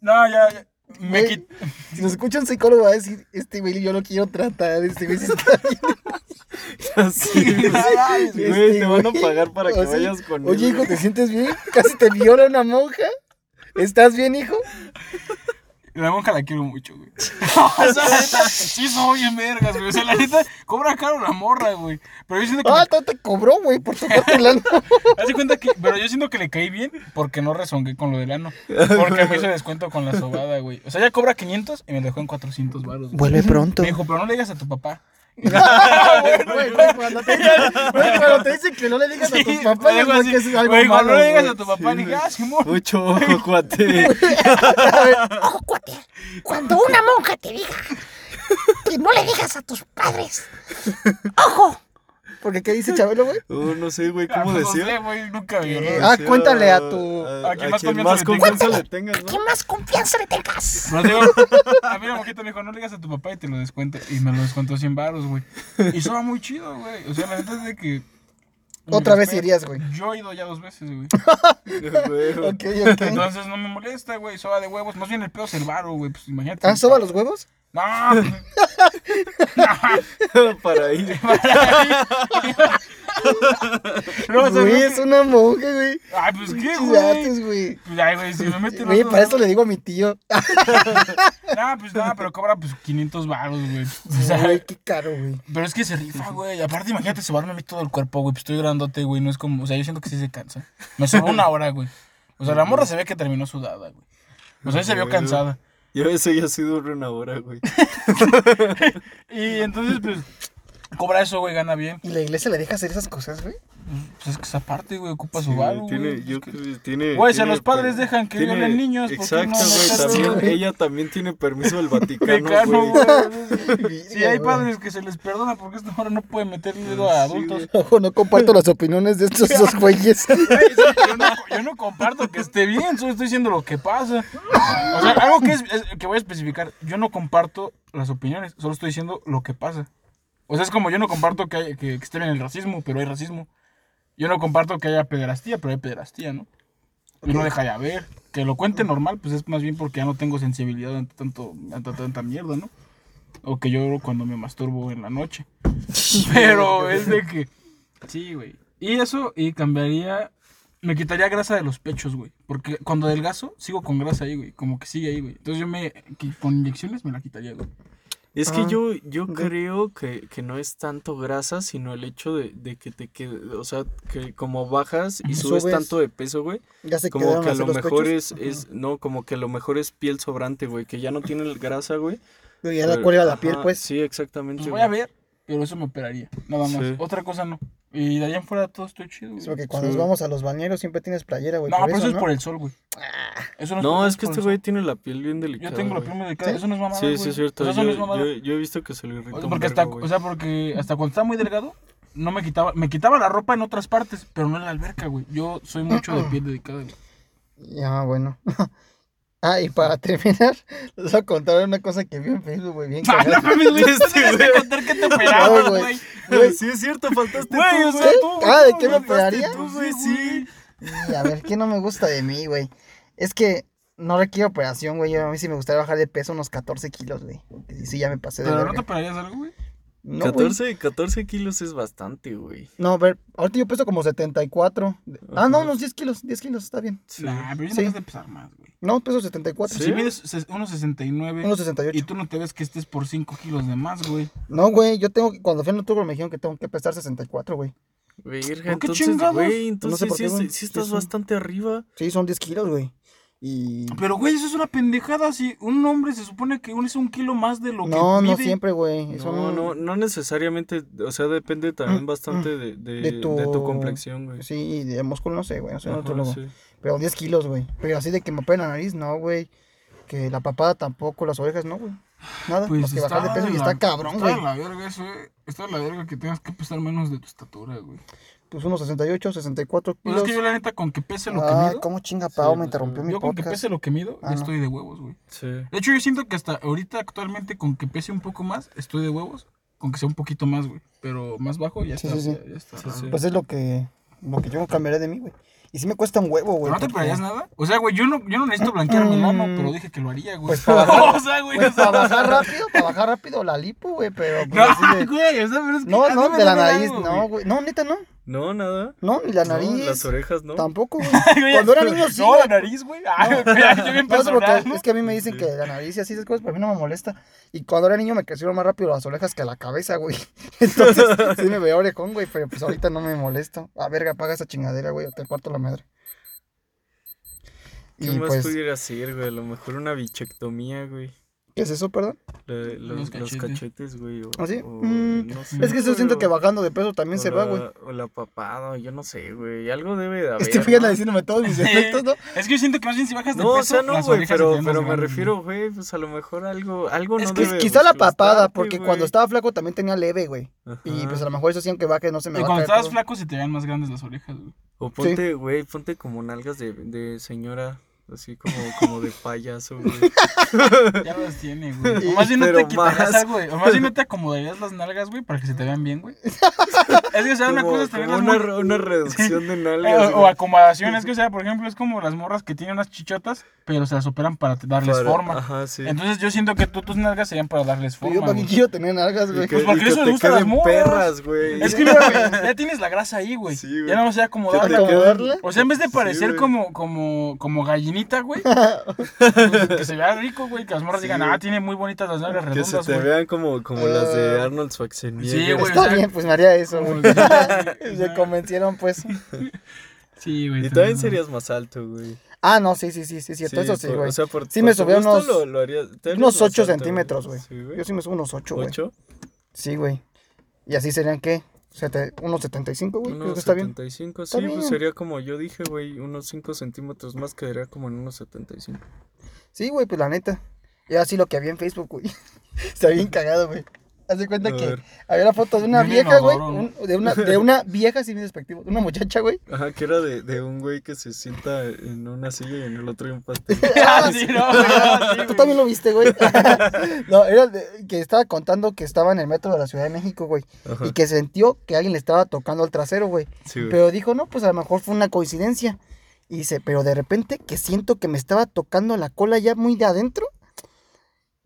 No, ya, ya. Me
Güey,
quit...
si nos escucha un psicólogo va a decir, este güey yo lo quiero tratar, este güey sí está bien.
Así, güey.
Este
Güey, te van a
güey.
pagar para que
Así,
vayas con él.
Oye, hijo,
güey.
¿te sientes bien? Casi te viola una monja. ¿Estás bien, hijo?
La monja la quiero mucho, güey. O sea, la neta, sí soy en vergas, güey. O sea, la neta, cobra caro la morra, güey. Pero yo siento que...
Ah, no te cobró, güey, por tocarte el ano.
Haz de cuenta que... Pero yo siento que le caí bien porque no rezongué con lo del ano. Porque me hizo descuento con la sobada, güey. O sea, ya cobra 500 y me dejó en 400 baros, güey.
Vuelve pronto.
Me dijo, pero no le digas a tu papá.
Güey, cuando te, güey, cuando te dicen que no le digas a tus
Sí,
papás,
me dijo
es
así,
porque es algo
me dijo,
malo.
no le digas
güey.
a tu papá. le
Sí,
dije,
güey.
ah, Simón.
Mucho ojo, cuate.
Ojo, cuate, cuando una monja te diga que no le digas a tus padres, ojo,
Porque ¿qué dice Chabelo, güey?
Oh, no sé, güey,
Ah,
¿cómo
pues, no sé,
decía?
güey, nunca vi.
Eh,
¿no?
ah, cuéntale a tu-
A,
a quien
a
más confianza
quien más
le
confianza le tengas, ¿no?
que más confianza le tengas.
Pero te digo, a mí la mojita me dijo, no le digas a tu papá y te lo descuento. Y me lo descontó 100 baros, güey. Y estaba muy chido, güey. O sea, la neta es de que...
Otra vez
Respeto.
irías, güey.
Yo he ido ya dos veces, güey.
Güey,
Ok, ok.
Entonces no me molesta, güey. Soba de huevos. Más bien el peor es el varo, güey. Pues imagínate.
¿Ah, soba los huevos?
No.
Para ir.
pues, No, o sea,
Güey,
no
es una monja, güey.
Ay, pues qué, güey.
Chidates, güey.
Pues, Ay, güey, si me meten
Güey,
otros-
para esto le digo a mi tío.
Nah, pues nada, pero cobra pues 500 baros, güey. O sea,
Güey, qué caro, güey.
pero es que se rifa, güey. Aparte, imagínate sobarme a mí todo el cuerpo, güey. Pues estoy grandote, güey. No es como. O sea, yo siento que sí se cansa. Me sobó una hora, güey. O sea, la morra se ve que terminó sudada, güey. O sea, se vio cansada.
Yo eso ya sí duré una hora, güey.
Y entonces, pues. Cobra eso, güey, gana bien.
¿Y la iglesia le deja hacer esas cosas, güey?
Pues es que esa parte, güey, ocupa
Sí,
su bar, güey.
güey, tiene,
Pues
yo
que-
creo que tiene.
Güey, si a
tiene
los padres
per-
dejan que
tiene-
violen niños, ¿por qué
Exacto,
no meterse,
güey. También,
güey?
ella también tiene permiso del Vaticano,
Pecano,
güey.
güey. Sí,
Verga,
hay
güey.
padres que se les perdona porque esta hora no puede meter el dedo a
Sí,
adultos.
Ojo, no comparto las opiniones de estos dos güeyes.
Güey, sí, yo, no, yo no comparto que esté bien, solo estoy diciendo lo que pasa. O sea, algo que, es, es- que voy a especificar, yo no comparto las opiniones, solo estoy diciendo lo que pasa. O sea, es como yo no comparto que, haya- que, que esté bien el racismo, pero hay racismo. Yo no comparto que haya pederastía, pero hay pederastía, ¿no? Y no deja de haber. Que lo cuente normal, pues es más bien porque ya no tengo sensibilidad ante, tanto, ante tanta mierda, ¿no? O que lloro cuando me masturbo en la noche. Pero es de que... Sí, güey. Y eso, y cambiaría. Me quitaría grasa de los pechos, güey. Porque cuando adelgazo, sigo con grasa ahí, güey. Como que sigue ahí, güey. Entonces yo me. que con inyecciones me la quitaría, güey. Pues,
Es que
Ah,
yo, yo
ok.
creo que, que no es tanto grasa, sino el hecho de, de que te quede, o sea, que como bajas y subes,
Subes.
tanto de peso, güey,
Ya se
como
quedaron
que a
así
lo
los
mejor
pechos.
es, es, no, como que a lo mejor es piel sobrante, güey, que ya no tiene el grasa, güey.
Güey, ya la
pero-
cuelga la
ajá,
piel, pues.
Sí, exactamente.
Pues voy
güey.
a ver, pero eso me operaría. Nada más.
Sí.
Otra cosa no. Y de allá en fuera todo estoy chido, güey.
Es porque cuando
Sí.
nos vamos a los bañeros siempre tienes playera, güey.
no,
por
pero eso es
¿no? Ah.
por el sol, güey. Eso no,
No,
mamada,
es que este
por
güey
eso.
tiene la piel bien delicada.
Yo tengo la
güey.
piel muy delicada. Eso no es mamada.
Sí,
güey.
sí, es cierto.
O sea, eso no
yo,
es mamada.
yo- yo he visto que se le irrita.
O sea,
un
porque hasta,
vergo, güey.
o sea, porque hasta cuando estaba muy delgado, no me quitaba, me quitaba la ropa en otras partes, pero no en la alberca, güey. Yo soy mucho de piel dedicada, güey.
Ya, bueno. Ah, y para terminar, les voy a contar una cosa que vi en Facebook, güey, bien
Ah, no
cagada.
mames, güey, tú
Este,
tenías que
güey.
contar que te operabas,
No, güey.
güey.
Güey,
Sí, es cierto, faltaste
Güey,
tú,
o sea,
güey.
tú,
Ah, ¿de
tú,
qué me
güey,
Faltaste
operaría?
tú, güey, sí.
Y a ver, ¿qué no me gusta de mí, güey? Es que no requiere operación, güey. A mí sí me gustaría bajar de peso unos 14 kilos, güey. Sí, sí, ya me pasé de
Pero no te
verga.
operarías algo, güey.
No, güey.
14, 14 kilos es bastante, güey.
No, a ver, ahorita yo peso como 74. Ah, no,
Ajá.
unos 10 kilos, 10 kilos, está bien.
Sí.
Nah, pero yo
Sí.
no vas a pesar más, güey. Pues
No, peso 74.
¿Sí?
Si mides ses- 1.69
Unos
y
68.
tú no te ves que estés por 5 kilos de más, güey.
No, güey, yo tengo que, cuando fui al nutriólogo me dijeron que tengo que pesar 64, güey.
Verga,
¿Por qué
entonces,
chingados?
güey,
No sé
entonces
por
sí,
qué,
es-
güey.
sí estás
Sí, sí.
bastante arriba.
Sí, son 10 kilos, güey. Y...
Pero, güey, eso es una pendejada. Si un hombre se supone que es un kilo más de lo
No,
que mide.
no siempre, güey. Son- Mm,
No, no, no necesariamente, o sea, depende también bastante de, de,
De
de
tu-
tu... complexión, güey.
Sí, de músculo no sé, güey, no soy
Ajá,
nutriólogo.
sí.
Pero 10 kilos, güey. Pero así de que me operen la nariz, no, güey. Que la papada tampoco, las orejas, no, güey. Nada,
Pues
más que
está
bajar de peso y
la-
está cabrón, güey.
Está de la verga eso, eh. Está de la verga que tengas que pesar menos de tu estatura, güey.
Pues unos 68, 64
Pero
kilos.
Pues es que yo, la neta, con que pese lo que
Ay,
mido.
Ah, cómo chinga Pau, me
Sí, pues,
interrumpió mi
Yo con que
podcast.
pese lo que mido,
Ah,
ya
no.
estoy de huevos, güey.
Sí.
De hecho, yo siento que hasta ahorita, actualmente, con que pese un poco más, estoy de huevos. Con que sea un poquito más, güey. Pero más bajo ya
Sí,
está.
sí, sí.
ya- ya está
Sí,
raro.
sí.
Pues es lo que, lo que yo no cambiaré de mí, güey. Y sí me cuesta un huevo, Pues, güey.
¿Pero no te
porque- Mm,
operarías nada? O sea, güey, yo no, yo no necesito blanquear mi mano, pero dije que lo haría, güey.
Pues para bajar-
o sea, güey.
Pues para bajar rápido, para bajar rápido la lipo, güey, pero pues,
No,
así de-
güey, o sea, pero es que a
No,
mí
no,
me
de la
duele
nariz,
algo,
no, güey. No, neta, no.
No, nada.
No, ni la
No,
nariz.
las orejas, ¿no?
Tampoco, güey.
güey.
Cuando era niño sí,
No,
güey. Ah,
la nariz, güey. Ay, güey, mira, yo bien
No, es, porque
personal, ¿no?
es que a mí me dicen que la nariz y así esas cosas, pero a mí no me molesta. Y cuando era niño me crecieron más rápido las orejas que la cabeza, güey. Entonces sí me veía orejón, güey, pero pues ahorita no me molesto. A verga, apaga esa chingadera, güey, o te parto la madre.
¿Qué
Y
más
pues,
pudiera hacer, güey? A lo mejor una bichectomía, güey.
¿qué es eso, perdón?
La- los,
Los
los
cachetes.
cachetes, güey. o-
¿Ah, sí?
o-
Mm,
no sé,
Es que yo siento
güey,
que
o-
bajando de peso también
o
se va,
la-
güey.
O la papada, yo no sé, güey. Algo debe de haber.
Este fíjate
¿no?
diciéndome todos mis defectos, ¿no?
Es que yo siento que más bien si bajas de
No,
peso,
o sea, no,
las
güey,
orejas se
pero,
te van
pero me
desgastando, güey.
refiero, güey, pues a lo mejor algo, algo
Es
no
que
debe
quizá la
gustarte,
papada, porque
güey.
cuando estaba flaco también tenía leve, güey. Y
Ajá.
pues a lo mejor eso sí, aunque baje, no se me
Y
va
cuando
a caer
estabas
todo.
flaco se te veían más grandes las orejas, güey.
O ponte, güey, ponte como nalgas de, de señora, así como, como de payaso, güey.
Ya las tiene, güey.
Y-
O más bien no te
pero
quitarías
más.
algo, güey. O más bien no te acomodarías las nalgas, güey, para que se te vean bien, güey. Es que, o sea, una
Como-
cosa es tener
como
las
una,
mor-
re- una reducción de nalgas,
O, o
güey,
acomodaciones, que, o sea, por ejemplo, es como las morras que tienen unas chichotas, pero se las operan para te- darles
para-
forma.
Ajá, sí.
Entonces yo siento que tú, tus nalgas serían para darles
Pero
forma.
yo para
güey.
qué quiero tener nalgas,
Y
güey.
que,
Pues porque
y que
eso les
te
gustan las
queden
morras.
perras, güey.
Es que mira, güey, ya tienes la grasa ahí, güey.
Sí, güey.
Ya no vas a
Que te
acomodar.
queden-
¿Acomodarla?
O sea, en vez de
Sí,
parecer
güey.
como, como, como gallinita, güey, pues, que se vea rico, güey, que las morras
Sí,
digan,
güey.
ah, tiene muy bonitas las nalgas
Que
redondas,
se te
güey".
vean como, como las de
Ah.
Arnold Schwarzenegger.
Sí, güey. o
Está
sea,
bien, pues me haría eso,
como
güey.
que- o
Se
sea,
convencieron, pues.
Sí, güey.
Y
también,
también serías más alto, güey.
Ah, no, sí, sí, sí, sí, cierto, eso sí,
por-
güey.
O sea, por,
Sí me
por tu
subí a
gusto
unos-
lo- lo harías- te harías
Unos
más
8
alto,
centímetros, güey.
Sí, güey.
Yo sí me subo unos 8, güey.
¿Ocho?
Sí, güey. Y así serían, ¿qué? Sete- Unos 75, güey. Creo que
Unos
está bien.
75,
Está
sí,
bien.
pues sería como yo dije, güey, unos 5 centímetros más quedaría como en unos 75.
Sí, güey, pues la neta. Yo así lo que había en Facebook, güey. Está bien cagado, güey. Haz de cuenta
A
que
ver.
había la foto de una
De un
vieja, güey.
inodoro,
un- de, una, de una vieja, sin despectivo. De una muchacha, güey.
Ajá, que era de, de un güey que se sienta en una silla y en el otro hay un pastel.
Ah, sí, no, güey, ah, sí,
Tú
güey.
también lo viste, güey. no, era de- que estaba contando que estaba en el metro de la Ciudad de México, güey.
Ajá,
Y que sintió que alguien le estaba tocando el trasero, güey.
sí, güey.
Pero dijo, no, pues a lo mejor fue una coincidencia. Y dice, pero de repente que siento que me estaba tocando la cola ya muy de adentro.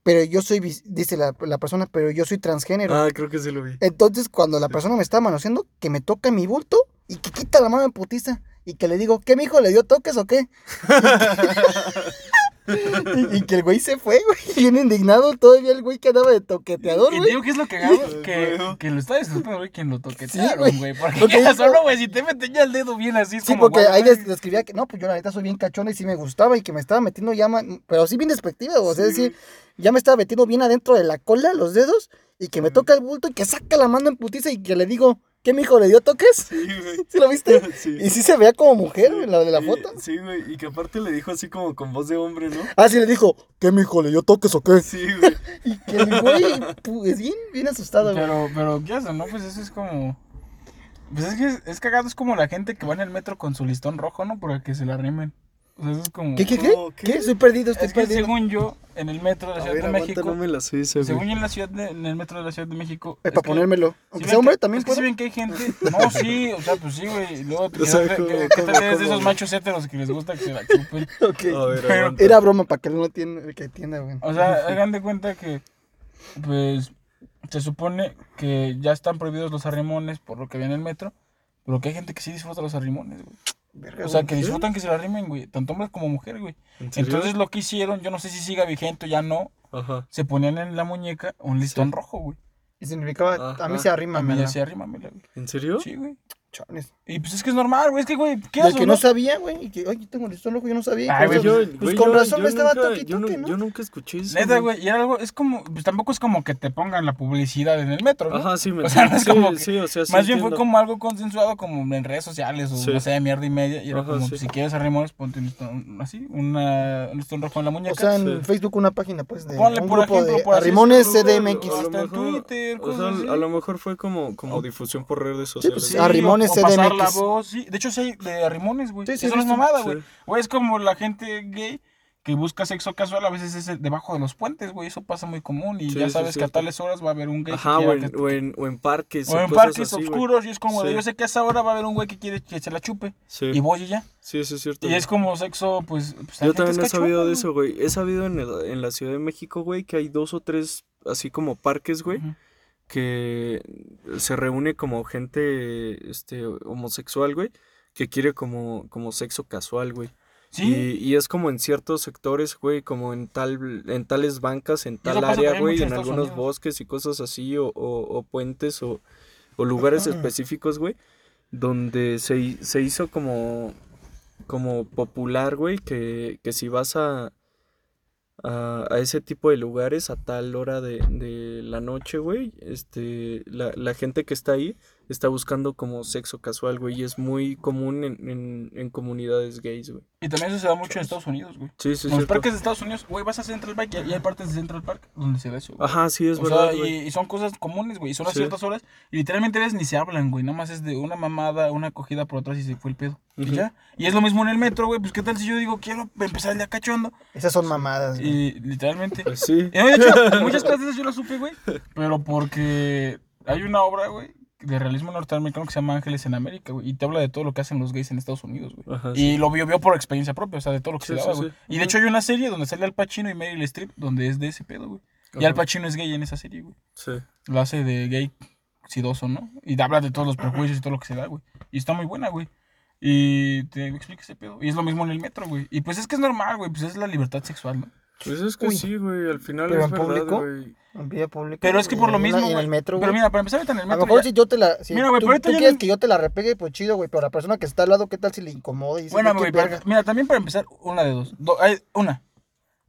Pero yo soy, bis- dice la, la persona, pero yo soy transgénero.
Ah, creo que sí lo vi.
Entonces, cuando la persona me estaba manoseando, que me toca mi bulto y que quita la mano en putiza. Y que le digo, ¿qué, mijo? ¿Le dio toques o qué? y, y que el güey se fue, güey. Bien indignado. Todavía el güey que andaba de toqueteador,
Y te
güey.
digo que es lo cagado,
Ay,
que,
güey.
que lo está disfrutando, güey, quien lo
Sí,
toquetearon,
güey.
güey. Porque,
Porque
ya
dijo-
solo, güey, si te meten ya el dedo bien así, es
Sí,
como,
porque
güey,
ahí
güey.
des- describía que no, pues yo la neta soy bien cachón y sí me gustaba y que me estaba metiendo ya, ma- pero sí bien despectiva, o sea, sí, ya me estaba metiendo bien adentro de la cola, los dedos y que me toca el bulto y que saca la mano en putiza y que le digo, ¿Qué mi hijo le dio toques? ¿Sí lo viste?
Sí.
Este, Y sí se veía como mujer, la de la
Y-
foto.
Sí, güey. Y que aparte le dijo así como con voz de hombre, ¿no?
Ah, sí le dijo, ¿qué mi hijo le dio toques o qué?
Sí, güey.
Y que el güey, pues bien, bien asustado, güey.
Pero, pero, ¿qué hacen, no? Pues eso es como. Pues es que es, es cagado, es como la gente que va en el metro con su listón rojo, ¿no? Para que se la rimen. O sea, eso es como.
¿Qué, qué, qué?
No,
¿Qué?
¿qué?
Estoy perdido, estoy
Es que
perdido.
según yo, en el metro de la
A
Ciudad
ver,
de
aguanta,
México.
no me la hice,
Según
güey.
yo en la ciudad de- en el metro de la Ciudad de México.
Es
es
para
que-
ponérmelo.
si
Aunque
ven
sea hombre,
que-
también
es que si
puedo.
ven que hay gente. No, sí, o sea, pues sí, güey. Luego te
O sea,
quedas-
como-
que- ¿Qué
como-
tal eres de
como-
esos machos héteros que les gusta que se la chupen?
A
Ok.
ver,
Pero-
aguanta.
Era broma para que él no tiene, el que entienda, güey.
O sea, hagan de cuenta que, pues, se supone que ya están prohibidos los arrimones por lo que viene el metro, pero que hay gente que sí disfruta los arrimones, güey.
Verga,
O sea,
güey.
que disfrutan que se la arrimen, güey, tanto hombres como mujeres, güey.
¿En serio?
Entonces lo que hicieron, yo no sé si siga vigente o ya no,
Ajá.
se ponían en la muñeca un listón rojo, güey.
Y significaba, a mí
Ajá.
se arrima,
Mamela,
mela.
sí, arrímamela, güey.
¿En serio?
Sí, güey.
Chones.
Y pues es que es normal, güey, es que, güey, ¿qué
Del
haces?
que no sabía, güey. Y que, oye, tengo el listón loco, yo no sabía.
Ay,
Pues,
güey,
pues, pues con razón
yo
estaba
nunca-
toque y
yo nu-
toque, ¿no?
Yo nunca escuché eso.
Neta, güey, y era algo, es como, pues tampoco es como que te pongan la publicidad en el metro, ¿no?
Ajá, sí, me
O sea, no es
sí,
como que-
sí, o sea, sí
Más bien
entiendo.
fue como algo consensuado como en redes sociales o
Sí.
no sé, mierda y media. Y era
Ajá,
como,
sí.
pues, si quieres arrimones, ponte un listón así, una, un listón rojo en la muñeca.
O sea, en
Sí.
Facebook una página, pues, de
Ponle,
un
por
grupo
ejemplo, por
de
así
arrimones
Creo que
CDMX.
a lo
Hasta en
mejor-
Twitter,
o sea,
cosas así.
a lo mejor fue como, como difusión por redes sociales.
pues,
Sí,
arrimones
o, o pasar la
CDMX.
voz, sí. De hecho, sí, hay de arrimones, güey.
Sí, sí,
Eso
he
no es
visto.
mamada,
Sí.
güey. Güey, es como la gente gay que busca sexo casual, a veces es debajo de los puentes, güey. Eso pasa muy común y
Sí,
ya
sí,
sabes
es
que a
cierto.
tales horas va a haber un gay
Ajá,
que quiera
o en,
que-
o en, o en parques.
o en
cosas
parques
así, güey.
oscuros y es como, de,
Sí.
yo sé que a esa hora va a haber un güey que quiere que se la chupe.
Sí.
Y voy y ya.
sí, eso es cierto.
Y
güey.
es como sexo, pues... pues, la
Yo
gente
también
es
he sabido
cachonda,
de
güey.
eso, güey. He sabido en, el- en la Ciudad de México, güey, que hay dos o tres, así como parques, güey,
Ujú.
que se reúne como gente este, homosexual, güey, que quiere como, como sexo casual, güey.
Sí.
Y, y es como en ciertos sectores, güey, como en tal en tales bancas, en tal
pasa
área,
también
güey,
mucho en
en
Estados
algunos
Unidos.
bosques y cosas así, o, o- o puentes, o, o lugares específicos, güey, donde se, hi- se hizo como, como popular, güey, que, que si vas a, a, a ese tipo de lugares a tal hora de, de la noche, güey, este, la, la gente que está ahí está buscando como sexo casual, güey, y es muy común en, en, en comunidades gays, güey.
Y también eso se da mucho en Estados Unidos, güey.
Sí, sí,
en
es
los
cierto.
parques de Estados Unidos, güey, vas a Central Park y y hay partes de Central Park donde se ve eso. güey.
Ajá, sí, Ah, es
o
verdad,
sea,
güey.
y, y son cosas comunes, güey. Y son a
Sí.
ciertas horas. Y literalmente ves ni se hablan, güey. Nada más es de una mamada, una cogida por atrás y se fue el pedo. Y
Ujú.
ya. Y es lo mismo en el metro, güey. Pues qué tal si yo digo, quiero empezar el día cachondo.
Esas son mamadas, güey.
Y literalmente.
Pues sí.
Y, Eh, de hecho, muchas cosas de esas yo las supe, güey. Pero porque hay una obra, güey, de realismo norteamericano que se llama Ángeles en América, güey. Y te habla de todo lo que hacen los gays en Estados Unidos, güey.
Ajá, Ah, sí.
Y lo vio, vio por experiencia propia, o sea, de todo lo que
Sí,
se
sí,
daba,
sí.
güey. Y de hecho hay una serie donde sale Al Pacino y Meryl Streep, donde es de ese pedo, güey. Y Al
Ajá,
Pacino es gay en esa serie, güey.
Sí.
Lo hace de gay sidoso, ¿no? Y habla de todos los prejuicios y todo lo que se da, güey. Y está muy buena, güey. Y te explica ese pedo. Y es lo mismo en el metro, güey. Y pues es que es normal, güey. Pues es la libertad sexual, ¿no?
Pues es que
Uy.
sí, güey, al final
Pero
es
en
verdad,
público.
güey.
En vía pública.
Pero es que por
y
lo
en una-
mismo,
y En el
güey.
metro,
Pero
güey.
mira, para empezar ahorita en el
A
metro.
lo mejor
ya-
si yo te la. Si
Mira, güey,
tú,
pero ahorita
tú
ya
quieres
no-
que yo te la repegue, pues chido, güey. Pero a la persona que está al lado, ¿qué tal si le incomoda? Y dice,
Bueno,
güey,
güey,
qué
pero-
verga.
mira, también para empezar, una de dos. Do- hay- una.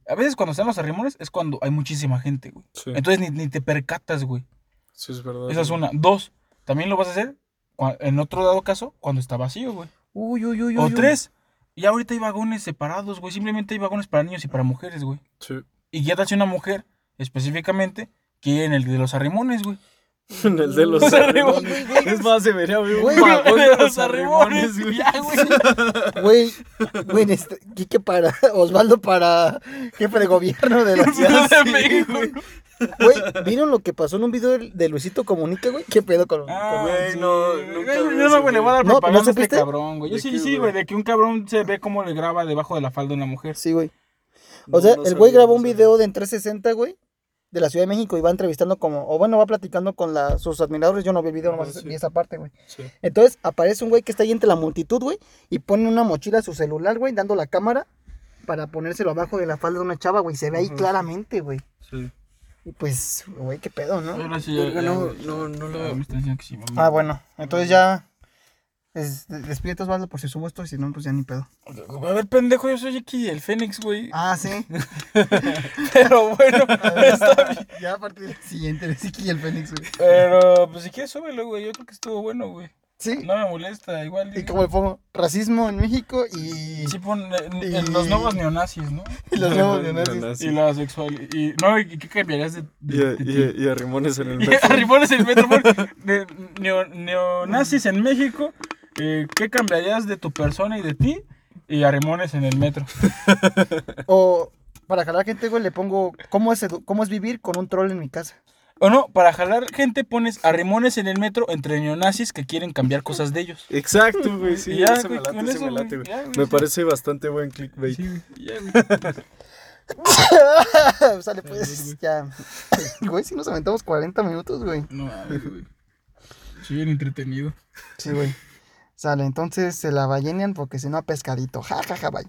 A veces cuando están los arrimones es cuando hay muchísima gente, güey.
Sí.
Entonces ni, ni te percatas, güey.
Sí, es verdad.
Esa es
güey.
una. Dos, también lo vas a hacer cua- en otro dado caso cuando está vacío, güey.
Uy, uy, uy, uy.
O
uy.
tres, ya ahorita hay vagones separados, güey. Simplemente hay vagones para niños y para mujeres, güey. Y ya tal si una mujer, específicamente, quiere en el de los arrimones, güey.
Sí. En el de los
Los
arrimones.
Güey, güey, güey.
Es más, debería haber un
Güey,
vagón
de
de los arrimones, güey.
Ya, güey.
Güey, güey, este, Quique para, Osvaldo para jefe de gobierno de la ciudad.
Ciudad de México.
Güey, ¿vieron lo que pasó en un video del- de Luisito Comunica, güey? ¿Qué pedo con,
Ah,
Güey,
sí.
no,
Güey,
nunca
Yo
vi
no,
eso,
güey, le voy a
güey.
dar
No, ¿no
propaganda a este
supiste?
cabrón, güey. Yo
¿De
sí,
qué,
sí, güey,
güey?
de que un cabrón se ve cómo le graba debajo de la falda a una mujer.
Sí, güey.
No,
O sea,
no
el güey
sabía,
grabó
no
un
sabía.
video de en 360, güey, de la Ciudad de México y va entrevistando como, o bueno, va platicando con la- sus admiradores. Yo no vi el video,
Ah,
Ajá,
nomás
sí.
vi esa parte, güey.
Sí.
Entonces aparece un güey que está ahí entre la multitud, güey, y pone en una mochila su celular, güey, dando la cámara para ponérselo abajo de la falda de una chava, güey. Se ve ahí
Ujú.
claramente, güey.
Sí.
Y pues, güey, qué pedo, ¿no?
Ahora sí, ya-
Verga,
ya,
no,
güey.
no, no
Ah,
lo.
me está diciendo que sí, mamá.
Ah, bueno, entonces ya Es, despídete, Osvaldo, por si subo esto y si no, pues ya ni pedo.
A ver, pendejo, yo soy aquí el Fénix, güey.
Ah, sí.
Pero bueno, está bien.
ya a partir del siguiente, de Siki y el Fénix, güey.
Pero, pues si quieres, súbelo, güey. Yo creo que estuvo bueno, güey.
Sí.
No me molesta, igual.
¿Y cómo le pongo? Racismo en México y.
Sí, pon eh, en-
Y-
en los nuevos neonazis, ¿no?
y los nuevos de nazis.
Neonazis.
Y la sexual. Y, no, ¿y qué cambiarías de.? de-
Y, a-
de
y,
ti?
a- y a Rimones en el
Y
metro.
Arribones en el metro. por- de neo- neonazis en México. eh, ¿Qué cambiarías de tu persona y de ti? Y arrimones en el metro.
O para jalar gente, güey, le pongo ¿cómo es, edu- cómo es vivir con un troll en mi casa.
O no, para jalar gente pones arrimones en el metro entre neonazis que quieren cambiar cosas de ellos.
Exacto, güey, sí,
Y ya,
ese me
güey, con
late, ese
eso,
me
güey,
late, güey.
ya, güey,
Me
sí.
parece bastante buen clickbait.
Ya, güey.
Sale, pues, ya. Güey, si nos aventamos 40 minutos, güey.
No, mames, güey. Soy bien entretenido.
Sí, güey. Sale, entonces se la ballenean porque si no, pescadito. Ja, ja, ja, bye.